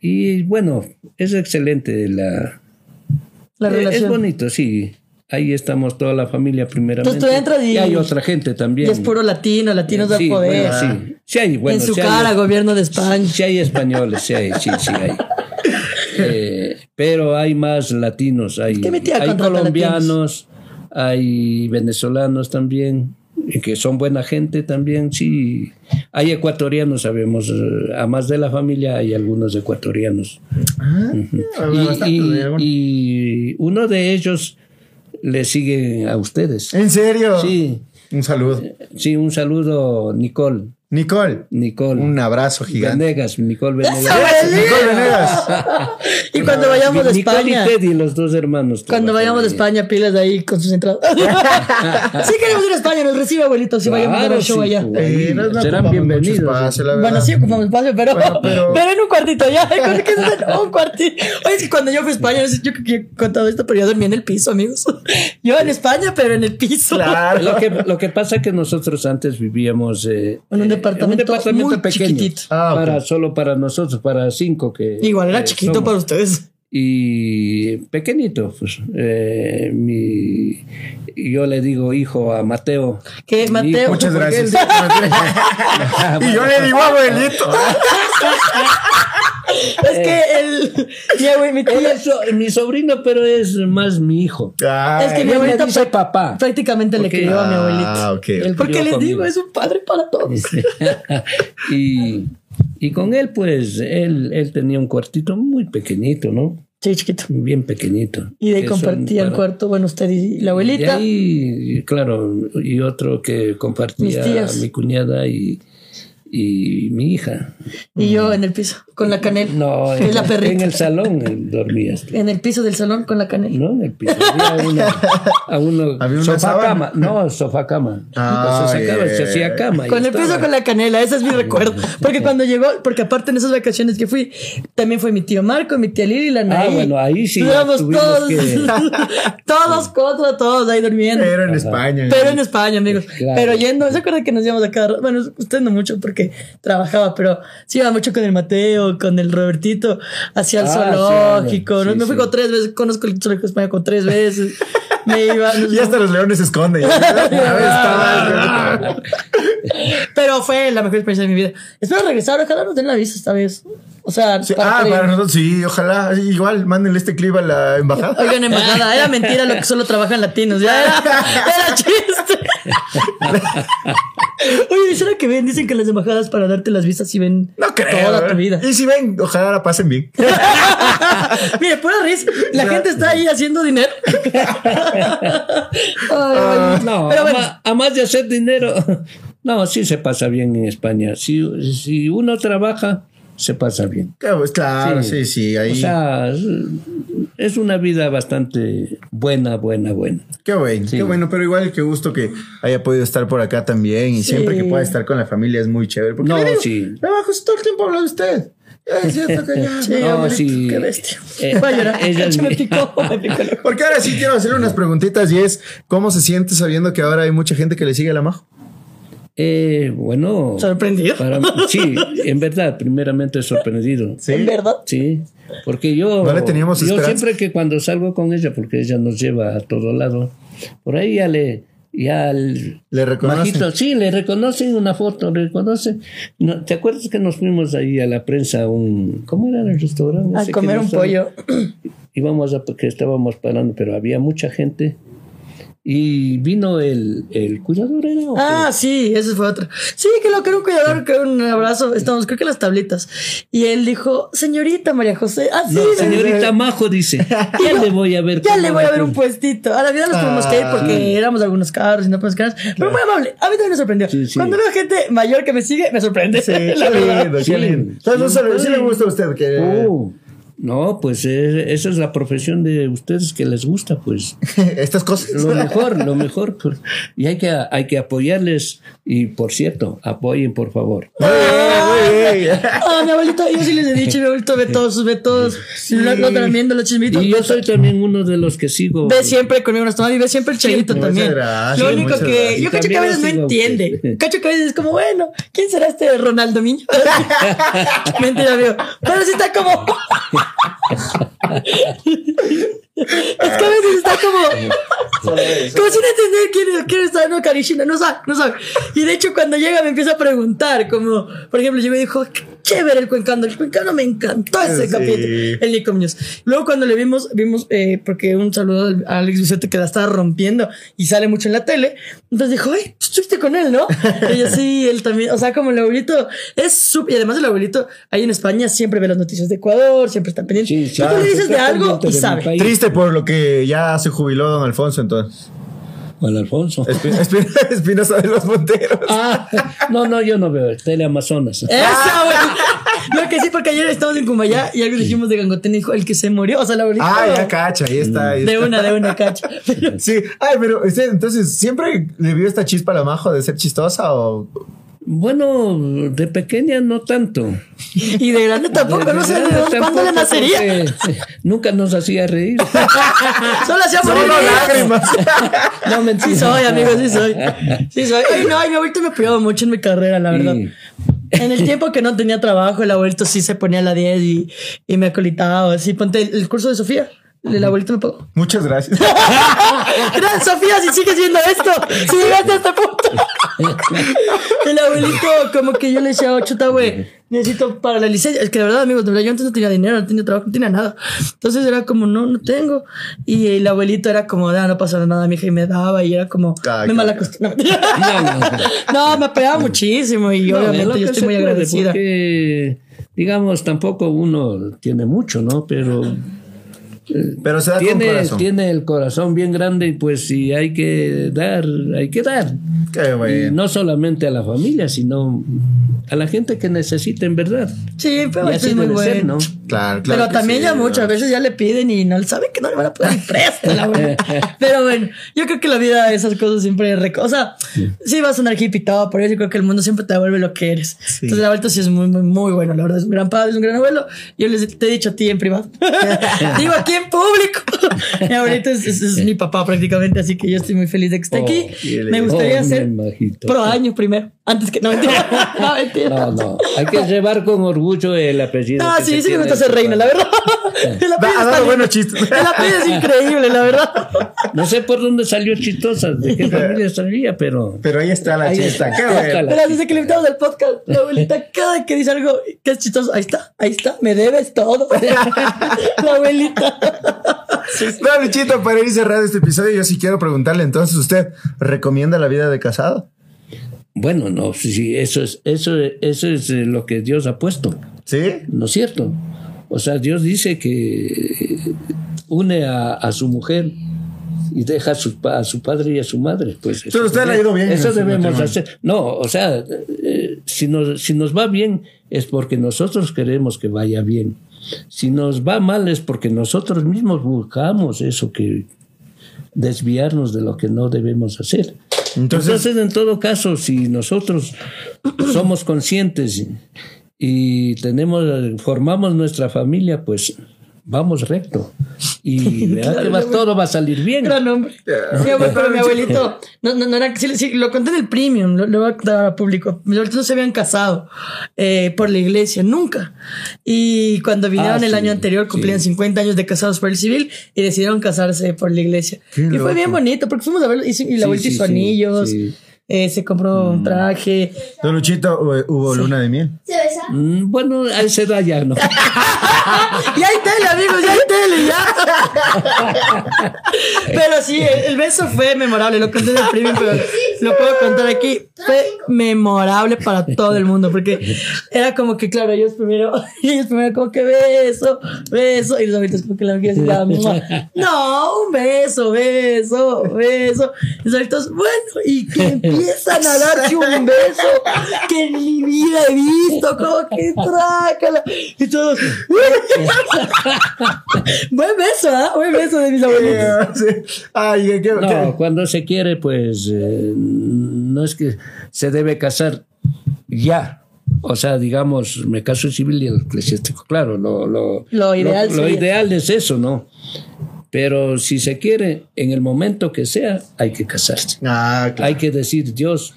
C: y, bueno, es excelente la,
D: La
C: eh,
D: relación.
C: Es bonito, sí. Ahí estamos toda la familia primeramente.
D: Entonces tú entras y-
C: hay otra gente también.
D: Y es puro latino, latinos da
C: sí,
D: poder.
C: bueno, sí. Sí hay, bueno,
D: en su
C: sí hay-
D: cara, gobierno de España.
C: Sí hay españoles, sí hay, sí, sí hay. Eh, pero hay más latinos, hay,
D: que mi tía
C: hay
D: contrata
C: colombianos, hay venezolanos también, eh, que son buena gente también, sí. Hay ecuatorianos, sabemos, eh, a más de la familia hay algunos ecuatorianos.
A: Ah, habla bastante
C: Y,
A: de algún-
C: y- y uno de ellos le sigue a ustedes.
A: ¿En serio?
C: Sí, Eh,
A: Un saludo.
C: sí, un saludo, Nicole.
A: Nicole,
C: Nicole.
A: un abrazo gigante.
C: Venegas, Nicole Venegas.
A: Nicole Venegas.
D: Y cuando vayamos a
C: Ni- Nicole
D: España.
C: y Teddy, los dos hermanos.
D: Cuando vayamos a
C: trabajan
D: España, pilas ahí con sus entradas. sí queremos ir a España, nos recibe abuelito si
C: ahí.
D: vayamos a ver
C: Claro,
D: el show
C: sí,
D: allá.
C: pues,
A: Eh,
C: ahí
A: no- no
C: Serán
A: ocupamos mucho
C: bienvenidos.
A: espacio, la
D: Bueno,
A: verdad.
D: sí ocupamos espacio, pero,
A: Bueno, pero-
D: pero... en un cuartito ya. que es en un cuartito. Oye, es que cuando yo fui a España, no sé, yo creo que he contado esto, pero yo dormí en el piso, amigos. Yo en España, pero en el piso.
A: Claro.
C: Lo que, lo que pasa es que nosotros antes vivíamos eh,
D: En un
C: eh,
D: departamento muy chiquitito.
A: Ah, ok.
C: para, solo para nosotros, para cinco que...
D: Igual era
C: que
D: chiquito
C: somos.
D: para ustedes.
C: y pequeñito. Pues, eh, mi, yo le digo hijo a Mateo.
D: ¿Qué,
C: Mi
D: Mateo?
C: hijo,
A: Muchas
C: porque
A: gracias.
C: él dice,
A: y yo le digo abuelito.
D: Es que el. Mi abue- mi
C: él
D: tía
C: es so- mi sobrino, pero es más mi hijo.
A: Ay,
D: Es que mi
C: Él me
D: abuelita
C: dice
D: práct-
C: papá.
D: prácticamente le
C: Ok.
D: crió a mi abuelito.
A: Ah, ok.
C: Él
D: Porque
C: crió
D: les
C: conmigo.
D: digo, es un padre para todos.
C: Este, y, y con él, pues, él, él tenía un cuartito muy pequeñito, ¿no?
D: Sí, chiquito.
C: Bien pequeñito.
D: Y de ahí
C: Eso
D: compartía el
C: para-
D: cuarto, bueno, usted y la
C: Y
D: abuelita.
C: ahí, claro, y otro que
D: Mis
C: compartía
D: tías.
C: mi cuñada y, y mi hija.
D: Y yo en el piso, con la canela.
C: Mm. No,
D: es
C: en,
D: la perrita.
C: en el salón dormías. tú,
D: En el piso del salón con la canela.
C: No, en el piso. Había uno, a uno
A: Había una
C: sofá
A: sábana.
C: cama. No, sofá cama.
A: Ah,
C: se sacaba,
A: yeah.
C: se hacía cama. y
D: Con el
C: estaba.
D: piso con la canela, ese es mi recuerdo. Porque cuando llegó, porque aparte en esas vacaciones que fui, también fue mi tío Marco, mi tía Lili, la Nayi.
C: Ah, bueno, ahí sí
D: Duramos
C: tuvimos
D: todos,
C: que-
D: todos cuatro, todos ahí durmiendo.
A: Pero en España.
D: Pero en España, amigos.
C: Claro.
D: Pero yendo, ¿se acuerda que nos íbamos a cada rato? Bueno, usted no mucho porque trabajaba, pero sí iba mucho con el Mateo, con el Robertito, hacia el
C: Ah, sí,
D: zoológico.
C: hombre.
D: ¿no?
C: Sí,
D: me fui
C: sí.
D: con tres veces, conozco el zoológico español tres veces. me iba. nos-
A: Y hasta los leones se esconden. Ya
D: Ah,
A: estaba-
D: Pero fue la mejor experiencia de mi vida. Espero regresar, ojalá nos den la visa esta vez. O sea,
A: Sí,
D: para
A: ah,
D: que-
A: para nosotros sí, ojalá. Igual, mándenle este clip a la embajada.
D: Oigan, embajada, era mentira lo que solo trabajan latinos. Ya era, era chiste. Oye, ¿será que ven? Dicen que las embajadas para darte las visas sí ven
A: No creo. ¿eh?
D: toda tu vida.
A: Y si ven, ojalá la pasen bien.
D: Mire, pura risa. La gente está ahí haciendo dinero.
A: Ah.
D: Ay, bueno.
C: No,
D: Pero
C: a,
D: bueno.
C: ma- a más de hacer dinero. No, sí se pasa bien en España. Si, si uno trabaja, se pasa bien.
A: Claro, pues, claro, sí, sí, ahí.
C: O sea, es- es una vida bastante buena, buena, buena.
A: Qué bueno, qué bueno, pero igual qué gusto que haya podido estar por acá también y siempre que pueda estar con la familia es muy chévere. Porque
C: No,
A: le digo,
C: sí.
A: Abajo todo el tiempo hablando de usted. Ya es cierto que ya,
D: Sí,
A: no,
D: abuelito,
C: sí.
D: Qué bestia.
C: Eh,
D: Voy a llorar.
C: ella es
D: Cacho, me
C: mi-
D: picó, me picó el ojo.
A: Porque ahora sí quiero hacerle unas preguntitas y es cómo se siente sabiendo que ahora hay mucha gente que le sigue a la majo.
C: Eh, bueno,
D: Sorprendido.
C: para mí- sí, en verdad, primeramente sorprendido.
D: En verdad.
C: Sí, porque yo,
A: No le teníamos
C: yo
A: esperanza.
C: siempre que cuando salgo con ella, porque ella nos lleva a todo lado, por ahí ya le, ya al-
A: Le reconozco.
C: Majito, sí, le reconocen una foto, le reconocen. No, ¿Te acuerdas que nos fuimos ahí a la prensa a un. ¿Cómo era el restaurante? No
D: A
C: sé
D: comer
C: qué
D: un
C: restaurante.
D: pollo.
C: Íbamos a. que estábamos parando, pero había mucha gente. Y vino el, el cuidador, ¿era? ¿O qué?
D: Ah, sí, esa fue otra. Sí, que lo que era un cuidador, que era un abrazo. Estamos, creo que las tablitas. Y él dijo, señorita María José. Ah, sí,
C: No,
D: la-
C: señorita Majo dice, ya le voy a ver.
D: Ya
C: cómo
D: le
C: va
D: voy a ver
C: con- Ah,
D: un puestito. A la vida nos tuvimos que ir porque éramos algunos carros y no podemos quedarnos. Pero muy amable. A mí también me sorprendió.
C: Sí, sí.
D: Cuando veo gente mayor que me sigue, me sorprende.
A: Sí, qué
D: la verdad.
A: lindo,
C: sí.
A: qué lindo. Entonces, no sé, sí le gusta a usted que.
C: Oh, no, pues eh, esa es la profesión de ustedes que les gusta, pues.
A: Estas cosas.
C: Lo mejor, lo mejor. pues. Y hay que, hay que apoyarles. Y por cierto, apoyen, por favor.
A: Muy bien, muy bien.
D: Ah, mi abuelito, yo sí les he dicho, mi abuelito ve todos sus ve todos. Lo, lo tramiendo, los chismitos.
C: Y yo soy también uno de los que sigo.
D: Ve siempre conmigo nos tomamos y ve siempre el chavito
A: muchas
D: también.
A: gracias,
D: lo único
A: muchas
D: que
A: gracias.
D: yo cacho que a
C: También
D: veces no
C: lo sigo a usted.
D: entiende. Cacho que a veces es como, bueno, ¿quién será este Ronaldo Miño? Mentira, amigo. Pero sí está como. es que a veces está como. Como sin entender quién es, quién está, no, Karishina, no sabe, no sabe. Y de hecho, cuando llega me empieza a preguntar, como, por ejemplo, yo me dijo, "Qué chévere el cuencano, el cuencano me encantó ese
A: Sí.
D: capítulo, el Nico Muñoz. Luego cuando le vimos, vimos, eh, porque un saludo al- a Alex Vicente que la estaba rompiendo y sale mucho en la tele, entonces dijo, ay, tú estuviste con él, ¿no? Y yo, sí, él también, o sea, como el abuelito es súper, y además el abuelito ahí en España siempre ve las noticias de Ecuador, siempre está pendiente.
C: Sí,
D: Sí,
C: sí,
D: tú
C: claro,
D: le dices
C: está
D: de algo
C: pendiente
D: y
C: de mi
D: sabe.
C: país.
A: Triste por lo que ya se jubiló don Alfonso, entonces.
C: Juan Alfonso.
A: Espi- Espi- Espinosa de los Monteros.
C: Ah, no, no, yo no veo. Teleamazonas.
A: Ah.
D: Esa, güey. Lo que sí, porque ayer estábamos en Cumbayá y algo dijimos de Gangotena y dijo el que se murió. O sea, la abuelita.
A: Ah, ya cacha, ahí está. ahí
D: De
A: está.
D: una, de una, cacha. Pero
A: Sí, ay, pero usted entonces siempre le vio esta chispa a la majo de ser chistosa o
C: Bueno, de pequeña no tanto.
D: Y de grande tampoco, no sé de dónde, cuándo le
C: Tampoco,
D: nacería.
C: porque, eh, Nunca nos hacía reír.
D: Solo hacía
A: solo
D: morir.
A: lágrimas.
C: No, mentira.
D: Sí soy, amigo, sí soy. Sí soy. Ay, no, ay, mi abuelito me apoyaba mucho en mi carrera, la verdad.
C: Sí.
D: En el tiempo que no tenía trabajo, el abuelito sí se ponía a la 10 y, y me acolitaba. Así, ponte el, el curso de Sofía. El abuelito me pagó.
A: Muchas gracias.
D: Gran Sofía, si sigues viendo esto, si llegaste a este punto. El abuelito, como que yo le decía, oh, chuta, güey, necesito para la licencia. Es que de verdad, amigos, de verdad, yo antes no tenía dinero, no tenía trabajo, no tenía nada. Entonces era como, no, no tengo. Y el abuelito era como, "Ah, no pasa nada, mi hija, y me daba, y era como,
A: Ay,
D: me
A: qué
D: mala
A: bacán.
D: No, no, me pegaba muchísimo y
C: No, lo
D: obviamente
C: que
D: yo estoy
C: se
D: muy
C: puede,
D: agradecida.
C: porque, digamos, tampoco uno tiene mucho, ¿no? Pero
A: Pero se da con
C: tiene,
A: corazón.
C: tiene el corazón bien grande y pues si hay que dar, hay que dar.
A: Qué
C: Y
D: Eh,
A: bueno.
C: Eh, no solamente a la familia, sino a la gente que necesita en verdad.
D: Sí, pero
C: y
D: esto
C: así
D: es muy
C: debe
D: bueno.
C: ser, ¿no?
A: Claro, claro.
D: Pero
A: que
D: también
A: sí,
D: ya
A: ¿no?
D: muchas veces ya le piden y no saben que no le van a poder ni presto. la verdad. pero bueno, yo creo que la vida esas cosas siempre reco- O sea, sí vas a sonar hippie y todo, pero yo creo que el mundo siempre te devuelve lo que eres. Entonces, la vuelta sí es muy, muy, muy bueno. La verdad, es un gran padre, es un gran abuelo. Yo les te he dicho a ti en privado. Digo aquí en público. y ahorita es, es- es mi papá prácticamente, así que yo estoy muy feliz de que esté
C: Oh,
D: aquí.
A: qué
D: Me
A: lindo.
D: gustaría
C: Oh,
D: ser
C: mi majito.
D: pro año primero. Antes que no mentira. No, mentira.
C: No, no. Hay que llevar con orgullo el apellido.
D: Ah,
C: que
D: sí, sí
C: se
D: me
C: tiene
D: gusta
C: en
D: ser
C: tu
D: reina, la
C: padre.
D: verdad. El
A: Da- ha
D: apellido está
A: dado
D: lindo.
A: buenos chistes.
D: El apellido es increíble, la verdad.
C: No sé por dónde salió chistosa, de qué familia salía, pero.
A: Pero ahí está la
C: Ahí
A: chista.
C: está.
A: Qué bueno.
D: Pero desde que le invitamos al podcast, la abuelita, cada que dice algo que es chistoso, ahí está, ahí está, me debes todo. La abuelita.
A: No, Luchito, para ir cerrando este episodio, yo sí quiero preguntarle entonces, ¿usted recomienda la vida de casado?
C: Bueno, no, sí, sí, eso es, eso, eso es eh, lo que Dios ha puesto.
A: ¿Sí?
C: ¿no es cierto? O sea, Dios dice que eh, une a, a su mujer y deja a su, pa- a su padre y a su madre. Pues eso,
A: Pero usted le ha ido bien
C: Eso
A: en su
C: debemos
A: matrimonio.
C: hacer. No, o sea, eh, si, nos, si nos va bien es porque nosotros queremos que vaya bien. Si nos va mal es porque nosotros mismos buscamos eso que desviarnos de lo que no debemos hacer.
A: Entonces-
C: Entonces, en todo caso, si nosotros somos conscientes y- y tenemos, formamos nuestra familia, pues vamos recto. Y verá que va- todo va a salir bien.
D: Gran hombre. Sí, abuelo, pero mi abuelito, no, no, no era, sí, sí, lo conté en el premium, lo, lo voy a contar al público. Mis abuelitos no se habían casado eh, por la iglesia, nunca. Y cuando vinieron
C: Ah,
D: el
C: sí,
D: año anterior, cumplían 50 años de casados por el civil y decidieron casarse por la iglesia.
A: Qué
D: y
A: loco.
D: fue bien bonito porque fuimos a verlo y, sí, y la
C: Sí,
D: abuelita
C: sí,
D: hizo
C: sí, Mm.
D: anillos.
C: sí.
D: eh, se compró un traje.
A: Don Luchito, ¿hu- ¿hubo luna de miel?
B: ¿Se besa?
C: Mm, Bueno, a esa edad ya no.
D: Ya hay tele, amigos, ya hay tele, ya. pero sí, el, el beso fue memorable. Lo conté en el premium, pero lo puedo contar aquí. Fue memorable para todo el mundo, porque era como que, claro, ellos primero, ellos primero como que beso, beso, y los abuelitos como que la mujer decía, "Mua". no, un beso, beso, beso. Y los abuelitos, bueno, y que empiezan a darse un beso que en mi vida he visto, como que trácala. Y todos, Buen beso, ¿ah? Buen beso de mis abuelos.
A: Sí. Ay, qué- qué-
C: No,
A: qué-
C: cuando se quiere, pues eh, no es que se debe casar ya. O sea, digamos, me caso civil y el eclesiástico. Claro, lo, lo,
D: Lo ideal
C: lo
D: sería.
C: ideal es eso, ¿no? Pero si se quiere, en el momento que sea, hay que casarse.
A: Ah, claro.
C: Hay que decir, Dios,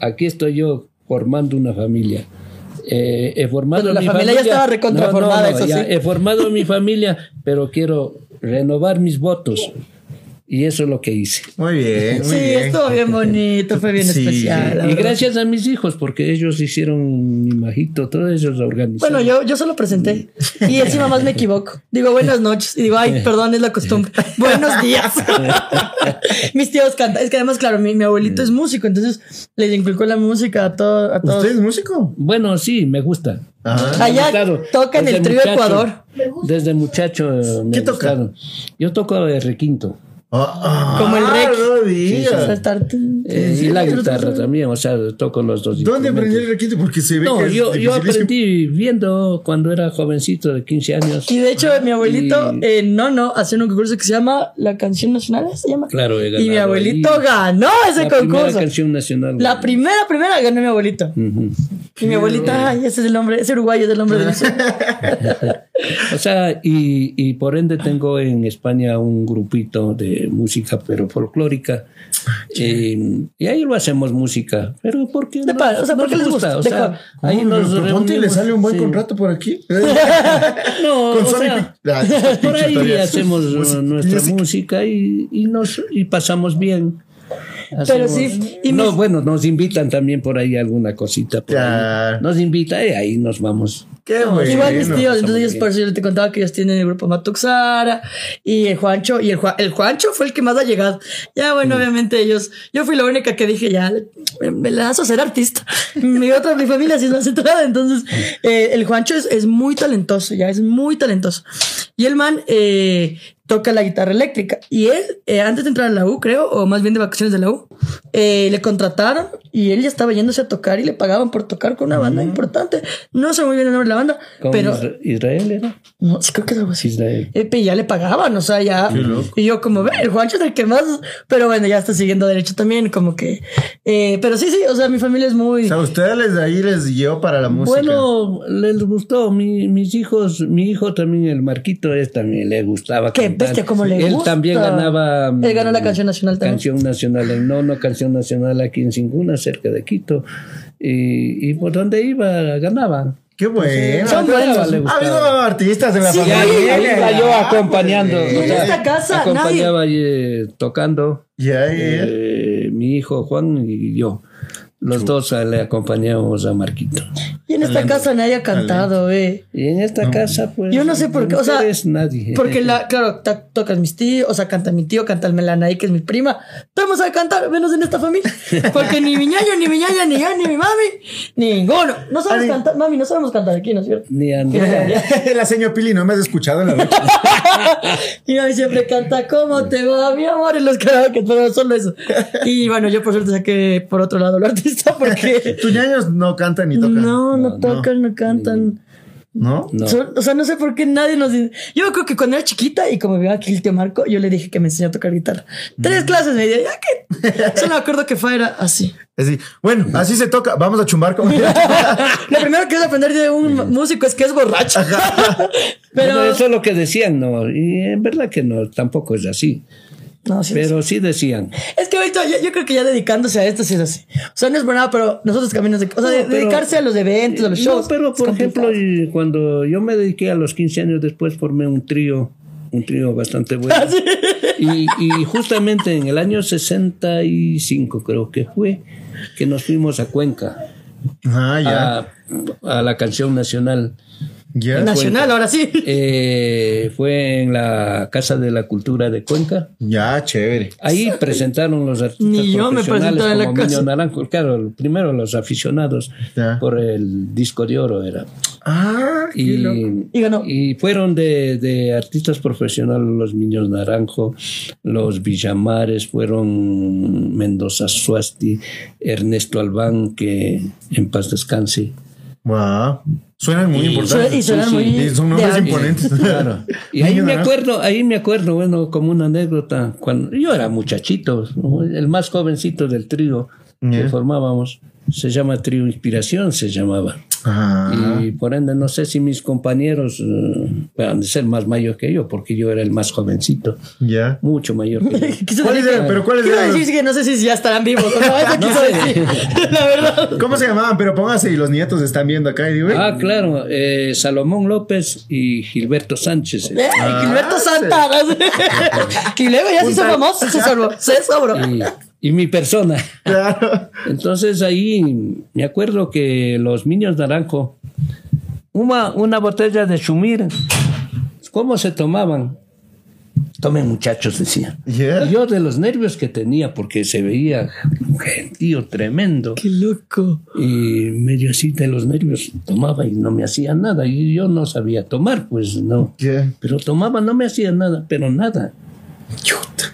C: aquí estoy yo formando una familia. Eh, he formado
D: Pero la
C: mi
D: familia ya estaba recontraformada, eso sí.
C: He formado mi familia, pero quiero renovar mis votos. Y eso es lo que hice.
A: Muy bien, muy
D: Sí,
A: bien.
D: estuvo bien bonito, fue bien
A: Sí.
D: especial. la
C: Y
D: verdad.
C: gracias a mis hijos, porque ellos hicieron mi majito, todos ellos lo organizaron.
D: Bueno, yo, yo solo presenté y encima más me equivoco. Digo buenas noches y digo, ay, perdón, es la costumbre. Buenos días. Mis tíos cantan. Es que además, claro, mi, mi abuelito es
C: Mm.
D: músico, entonces les inculcó la música a, todo, a todos.
A: ¿Usted es músico?
C: Bueno, sí, me gusta.
A: Ajá.
D: Allá
C: Claro,
D: tocan
C: desde
D: el trío
C: muchacho-
D: Ecuador.
C: Desde muchacho eh, me
A: ¿Qué toca?
C: gustaron. Yo toco el requinto
A: Ah, ah,
D: Como el rec.
A: no
D: O
A: diga.
D: sea, estar-
C: eh, y la guitarra también, o sea, toco los dos.
A: ¿Dónde aprendió el
C: instrumentos.
A: requinto? Porque se ve que
C: No,
A: es
C: yo, yo
A: dificilísimo.
C: aprendí viendo cuando era jovencito de 15 años.
D: Y de hecho, mi abuelito,
C: Y-
D: eh, no, no, hacía un concurso que se llama La Canción Nacional, ¿se llama?
C: Claro, he
D: Y mi
C: ganado
D: abuelito
C: ahí.
D: ganó ese
C: La primera
D: concurso.
C: canción nacional.
D: La primera, primera ganó mi abuelito.
C: Ujú.
D: Y mi abuelita, ay, ese es el nombre, ese uruguayo es el nombre de mi
C: O sea, y, y por ende tengo en España un grupito de música, pero folclórica.
A: Ah,
C: Eh, y ahí lo hacemos música, pero porque
D: De pa- o sea, ¿por qué les gusta?
C: O
D: Deja-
C: sea, ahí
A: Oh,
C: nos
A: pero ponte, le
C: reunimos,
A: sale un buen
C: sí.
A: contrato por aquí.
C: No,
A: Con
C: o
A: Sony
C: sea,
A: Pic- Ah, estos
C: por
A: pinches
C: ahí
A: todavía.
C: hacemos uh,
A: Música,
C: nuestra
A: Pues, música.
C: música y, y nos y pasamos bien.
D: Pero sí, y
C: no,
D: mis-
C: bueno, nos invitan también por ahí alguna cosita. por ahí.
A: Claro.
C: Nos invita y ahí nos vamos.
A: Qué bueno.
D: Igual mis tíos, entonces ellos
C: bien.
D: por eso yo te contaba que ellos tienen el grupo Matuxara y el Juancho, y el, Juan- el Juancho fue el que más ha llegado. Ya,
C: Mm.
D: bueno, obviamente ellos, yo fui la única que dije, ya, me, me lanzo a ser artista. mi otra, mi familia sí es más centrada, entonces eh, el Juancho es, es muy talentoso, ya, es muy talentoso. Y el man eh, toca la guitarra eléctrica y él, eh, antes de entrar a la U, creo, o más bien de vacaciones de la U, eh, le contrataron y él ya estaba yéndose a tocar y le pagaban por tocar con una banda importante. No sé muy bien el nombre de la banda,
C: Mm. Con
D: pero
C: Isra- Israel era.
D: no, sí creo que es algo así.
C: Israel.
D: Eh, pero ya le pagaban, o sea, ya. Y yo como, ve, el Juancho es el que más, pero bueno, ya está siguiendo derecho también, como que. eh, pero sí, sí, o sea, mi familia es muy...
A: O sea, ustedes les, ahí les guió para la música.
C: Bueno, les gustó. Mi- mis hijos, mi hijo también, el Marquito, es también le gustaba.
D: Qué
C: cantar.
D: bestia, cómo le
C: Él
D: gusta.
C: también ganaba. mm,
D: Él ganó la canción nacional también.
C: Canción nacional en Nono, canción nacional aquí en Singuna, cerca de Quito. Y, y por donde iba, ganaba.
A: Qué
C: eh,
A: bueno.
D: Son buenos.
C: Le
A: Ha
C: gustaba.
A: habido artistas en la
D: Sí.
C: Y
A: familia.
C: ahí-
D: Ay,
C: ahí iba yo
A: Ah,
C: acompañando.
A: güey.
C: o
D: En
C: sea,
D: esta casa,
C: Acompañaba y, eh, tocando.
A: Ya, ya, ya.
C: eh, mi hijo Juan y yo. Los dos eh, le acompañamos a Marquito.
D: Y en esta casa nadie ha cantado, eh.
C: Y en esta casa, pues.
D: Yo no sé por qué, o sea,
C: mujeres, nadie.
D: Porque la, claro, ta- tocan mis tíos, o sea, canta mi tío, canta el Melanaí, que es mi prima. Todos a cantar, menos en esta familia. Porque ni mi ñaño, ni mi ñaña, ni yo, ni mi mami, ninguno. No sabemos
A: Ari.
D: cantar, mami, no sabemos cantar aquí, ¿no es cierto?
C: Ni Andrea.
A: la señora Pili, ¿no me has escuchado en la noche?
D: Y mami siempre canta, ¿cómo te va, mi amor? En los karaoke, pero solo eso. Y bueno, yo por suerte saqué por otro lado lo artista, porque
A: Tus ñaños no cantan ni tocan.
D: no, no tocan, no cantan.
A: ¿No?
C: No.
D: So- o sea, no sé por qué nadie nos dice. Yo creo que cuando era chiquita y como vivía aquí el tío Marco, yo le dije que me enseñó a tocar guitarra. Tres clases me dio, ya que. Solo me acuerdo que fue era así.
A: Así, bueno, así se toca. Vamos a chumbar con.
D: Lo primero que es aprender de un músico es que es borracho.
C: Pero
D: Pero.
C: eso es lo que decían, no. Y en verdad que no, tampoco es así.
D: No, sí,
C: Pero sí decían.
D: Es que ahorita yo, yo creo que ya dedicándose a esto sí es así. O sea, no es por nada, pero nosotros caminos de. O sea, de-
C: No, pero-
D: dedicarse a los eventos, a los shows.
C: No, pero
D: es
C: por
D: complicado.
C: ejemplo, y cuando yo me dediqué a los 15 años después, formé un trío, un trío bastante bueno.
D: Ah,
C: y, y justamente en el año 65 creo que fue, que nos fuimos a Cuenca,
A: Ah, ya.
C: a, a la canción nacional.
A: ya.
D: Nacional, ahora sí.
C: Eh, fue en la Casa de la Cultura de Cuenca.
A: Ya, chévere.
C: Ahí presentaron los artistas
D: Ni yo me
C: profesionales
D: presentaba en la
C: como Miño
D: casa.
C: Naranjo. Claro, primero los aficionados
A: Ya.
C: por el disco de oro era.
A: Ah, qué
C: Y,
A: loco.
D: Y ganó.
C: y fueron de, de artistas profesionales los Miños Naranjo, los Villamares, fueron Mendoza Suasti, Ernesto Albán, que en paz descanse.
A: Wow. Suenan muy
C: Y-
A: importantes.
D: y suenan
A: Sí, sí.
D: muy-
A: Y son nombres
D: de-
A: imponentes.
C: Claro. Y ahí
A: Niño
C: me
A: Naranjo.
C: acuerdo, ahí me acuerdo, bueno, como una anécdota, cuando yo era muchachito, ¿no? el más jovencito del trío
A: Ya.
C: que formábamos, se llama Trío Inspiración, se llamaba.
A: Ah,
C: Y por ende, no sé si mis compañeros eh, han de ser más mayores que yo, porque yo era el más jovencito,
A: ya.
C: mucho mayor que yo.
D: Quiso
A: ¿Cuáles
D: decir-
A: eran? ¿Pero cuáles
D: quiso
A: eran?
D: decir que no sé si ya estarán vivos o no, eso quiso decir. La verdad.
A: ¿Cómo se llamaban? Pero póngase y los nietos están viendo acá y digo, "Ey".
C: Ah, claro, eh, Salomón López y Gilberto Sánchez. eh.
D: Eh,
A: Ah,
D: Gilberto Santa. Que luego ya se hizo famoso, se sobró. Se sobró.
C: Y, y mi persona.
A: Claro.
C: Entonces ahí me acuerdo que los niños naranjo, una, una botella de chumir, ¿cómo se tomaban? Tomen muchachos, decían.
A: Ya.
C: Y Yo de los nervios que tenía, porque se veía un gentío tremendo,
D: Qué loco.
C: y medio así de los nervios tomaba y no me hacía nada, y yo no sabía tomar, pues no.
A: Ya.
C: Pero tomaba, no me hacía nada, pero nada.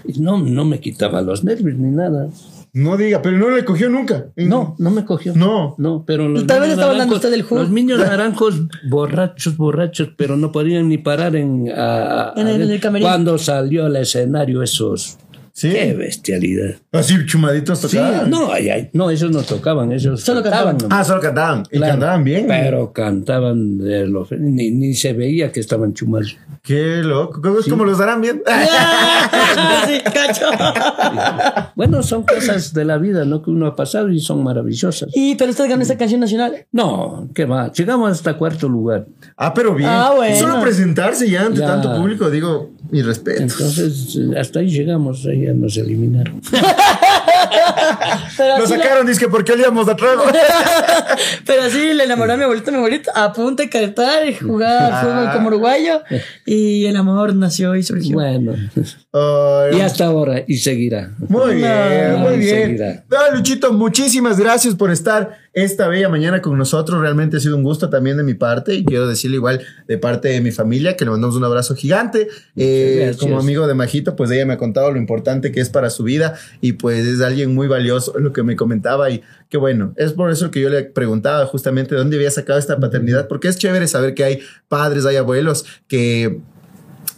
C: Y no, no me quitaba los nervios ni nada.
A: No diga, pero no le cogió nunca.
C: No, no me cogió.
A: No.
C: No, pero los
D: Tal vez
C: niños
D: estaba hablando
C: naranjos-
D: usted del jugo.
C: Los niños naranjos borrachos, borrachos, pero no podían ni parar en... a- a-
D: En el- en el camerino.
C: Cuando salió al escenario esos...
A: Sí.
C: Qué bestialidad.
A: Así chumaditos tocaban.
C: No, ay, ay, no, ellos no tocaban, ellos
D: Solo
C: cantaban.
D: cantaban.
C: nomás.
A: Ah, solo cantaban. Y
C: Claro,
A: cantaban bien.
C: Pero cantaban de lo fe- ni, ni se veía que estaban chumados.
A: Qué loco. ¿Cómo, cómo los darán bien?
D: Ah, sí, cacho.
C: Bueno, son cosas de la vida, ¿no? Que uno ha pasado y son maravillosas.
D: Y pero usted ganó esa canción nacional.
C: No, qué va. Llegamos hasta cuarto lugar.
A: Ah, pero bien.
D: Ah, bueno.
A: Solo presentarse ya ante
C: Ya.
A: tanto público, digo, mi respeto.
C: Entonces, eh, hasta ahí llegamos, ahí ya nos eliminaron.
D: Pero
A: Lo
D: así,
A: sacaron, dice que porque olíamos de trago.
D: la- pero así le enamoró a mi abuelito, mi abuelito, apunta a cantar y jugar
A: Ah.
D: al fútbol como uruguayo. Y el amor nació y surgió.
C: Bueno,
A: Ay,
C: y hasta ahora, y seguirá. Ah,
A: Muy bien, muy bien.
C: enseguida.
A: No, Luchito, muchísimas gracias por estar esta bella mañana con nosotros. Realmente ha sido un gusto también de mi parte y quiero decirle igual de parte de mi familia que le mandamos un abrazo gigante. Eh,
C: gracias.
A: como amigo de Majito, pues ella me ha contado lo importante que es para su vida y pues es alguien muy valioso lo que me comentaba y qué bueno. Es por eso que yo le preguntaba justamente dónde había sacado esta paternidad, porque es chévere saber que hay padres, hay abuelos que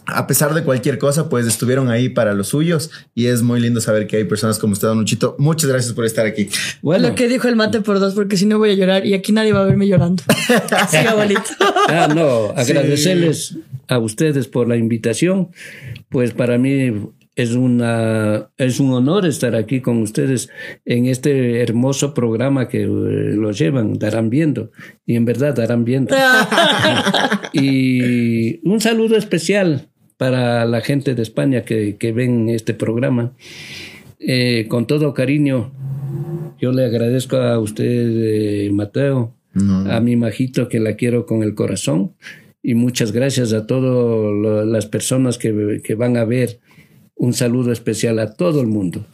A: a pesar de cualquier cosa, pues estuvieron ahí para los suyos y es muy lindo saber que hay personas como usted, Don Luchito. Muchas gracias por estar aquí.
C: Bueno,
D: Lo que dijo el mate por dos, porque si no voy a llorar y aquí nadie va a verme llorando. Sí, abuelito.
C: Ah, no, agradecerles a ustedes por la invitación. Pues para mí es una es un honor estar aquí con ustedes en este hermoso programa que eh, lo llevan, darán viendo y en verdad darán viendo. y un saludo especial para la gente de España que, que ven este programa. Eh, con todo cariño, yo le agradezco a usted, eh, Mateo, a mi majito que la quiero con el corazón y muchas gracias a todas las personas que, que van a ver. Un saludo especial a todo el mundo,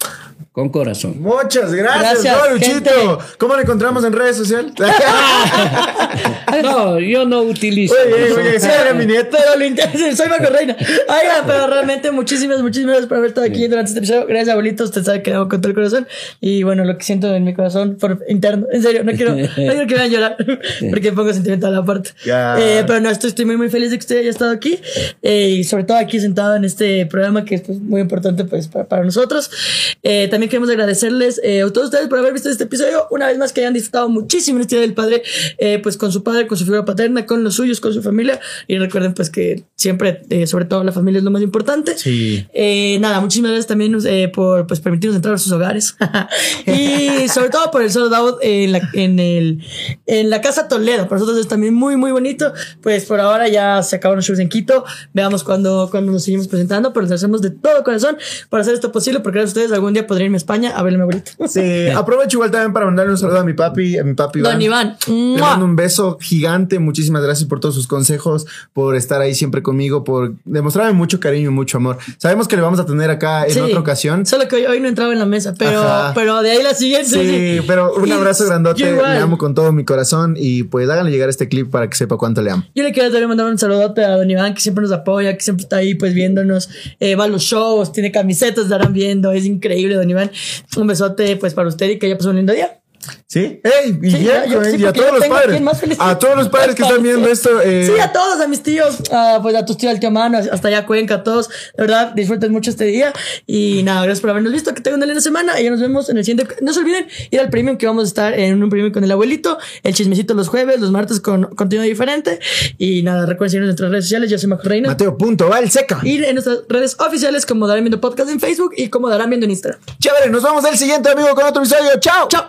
C: con corazón.
A: Muchas gracias,
D: Gracias,
A: Don Luchito.
D: gente.
A: ¿Cómo le encontramos en redes sociales?
C: No, yo no utilizo.
A: oye, oye, sí, era mi nieto.
D: Pero lo intenso, soy Marco Reina. Oiga, pero realmente muchísimas, muchísimas gracias por haber estado aquí durante este episodio. Gracias, abuelito. Usted sabe que lo hago con todo el corazón. Y bueno, lo que siento en mi corazón por interno. En serio, no quiero, no quiero que me vayan a llorar porque pongo sentimental aparte.
A: Ya.
D: Eh, pero no, estoy, estoy muy, muy feliz de que usted haya estado aquí. eh, y sobre todo aquí sentado en este programa que es pues, muy importante pues, para, para nosotros. Eh, también queremos agradecerles eh, a todos ustedes por haber visto este episodio. Una vez más que hayan disfrutado muchísimo este Día del Padre, eh, pues con su padre, con su figura paterna, con los suyos, con su familia. Y recuerden pues que siempre, eh, sobre todo la familia es lo más importante.
A: Sí.
D: Eh, nada, muchísimas gracias también eh, por pues, permitirnos entrar a sus hogares. y sobre todo por el solo out en la, en, el, en la Casa Toledo. Para nosotros es también muy, muy bonito. Pues por ahora ya se acabaron los shows en Quito. Veamos cuando, cuando nos seguimos presentando, pero les hacemos de todo corazón para hacer esto posible, porque gracias a ustedes algún día podrían España a verme ahorita.
A: Sí, aprovecho igual también para mandarle un saludo a mi papi, a mi papi Iván.
D: Don Iván.
A: Le
D: ¡mua!
A: mando un beso gigante. Muchísimas gracias por todos sus consejos, por estar ahí siempre conmigo, por demostrarme mucho cariño y mucho amor. Sabemos que le vamos a tener acá en
D: Sí.
A: otra ocasión.
D: Solo que hoy, hoy no entraba en la mesa, pero,
A: Ajá.
D: pero de ahí la siguiente.
A: Sí, pero un
D: Y
A: abrazo grandote.
D: Yo, igual.
A: Le amo con todo mi corazón y pues háganle llegar este clip para que sepa cuánto le amo.
D: Yo le quiero también mandar un saludote a Don Iván, que siempre nos apoya, que siempre está ahí, pues viéndonos. Eh, va a los shows, tiene camisetas, estarán viendo. Es increíble, Don Iván. Un besote, pues, para usted y que haya pasado un lindo día.
A: Sí, ey, y,
D: Sí,
A: ya, eh,
D: yo- yo-
A: y
D: sí,
A: a
D: porque
A: todos
D: yo
A: los
D: tengo
A: padres.
D: quien más feliz-
A: A todos los padres que están viendo esto. eh,
D: Sí, a todos, a mis tíos, a, pues a tus tíos, al tío Mano, hasta allá a Cuenca, a todos. De verdad, disfruten mucho este día. Y nada, gracias por habernos visto. Que tengan una linda semana. Y ya nos vemos en el siguiente. No se olviden ir al premium, que vamos a estar en un premium con el abuelito. El chismecito los jueves, los martes con contenido diferente. Y nada, recuerden seguirnos en nuestras redes sociales. Yo soy Majo Reina.
A: Mateo punto, va el seca.
D: Y en nuestras redes oficiales como Darán Viendo Podcast en Facebook y como Darán Viendo en Instagram.
A: Chévere, nos vemos el siguiente amigo con otro episodio. Chao.
D: ¡Chao!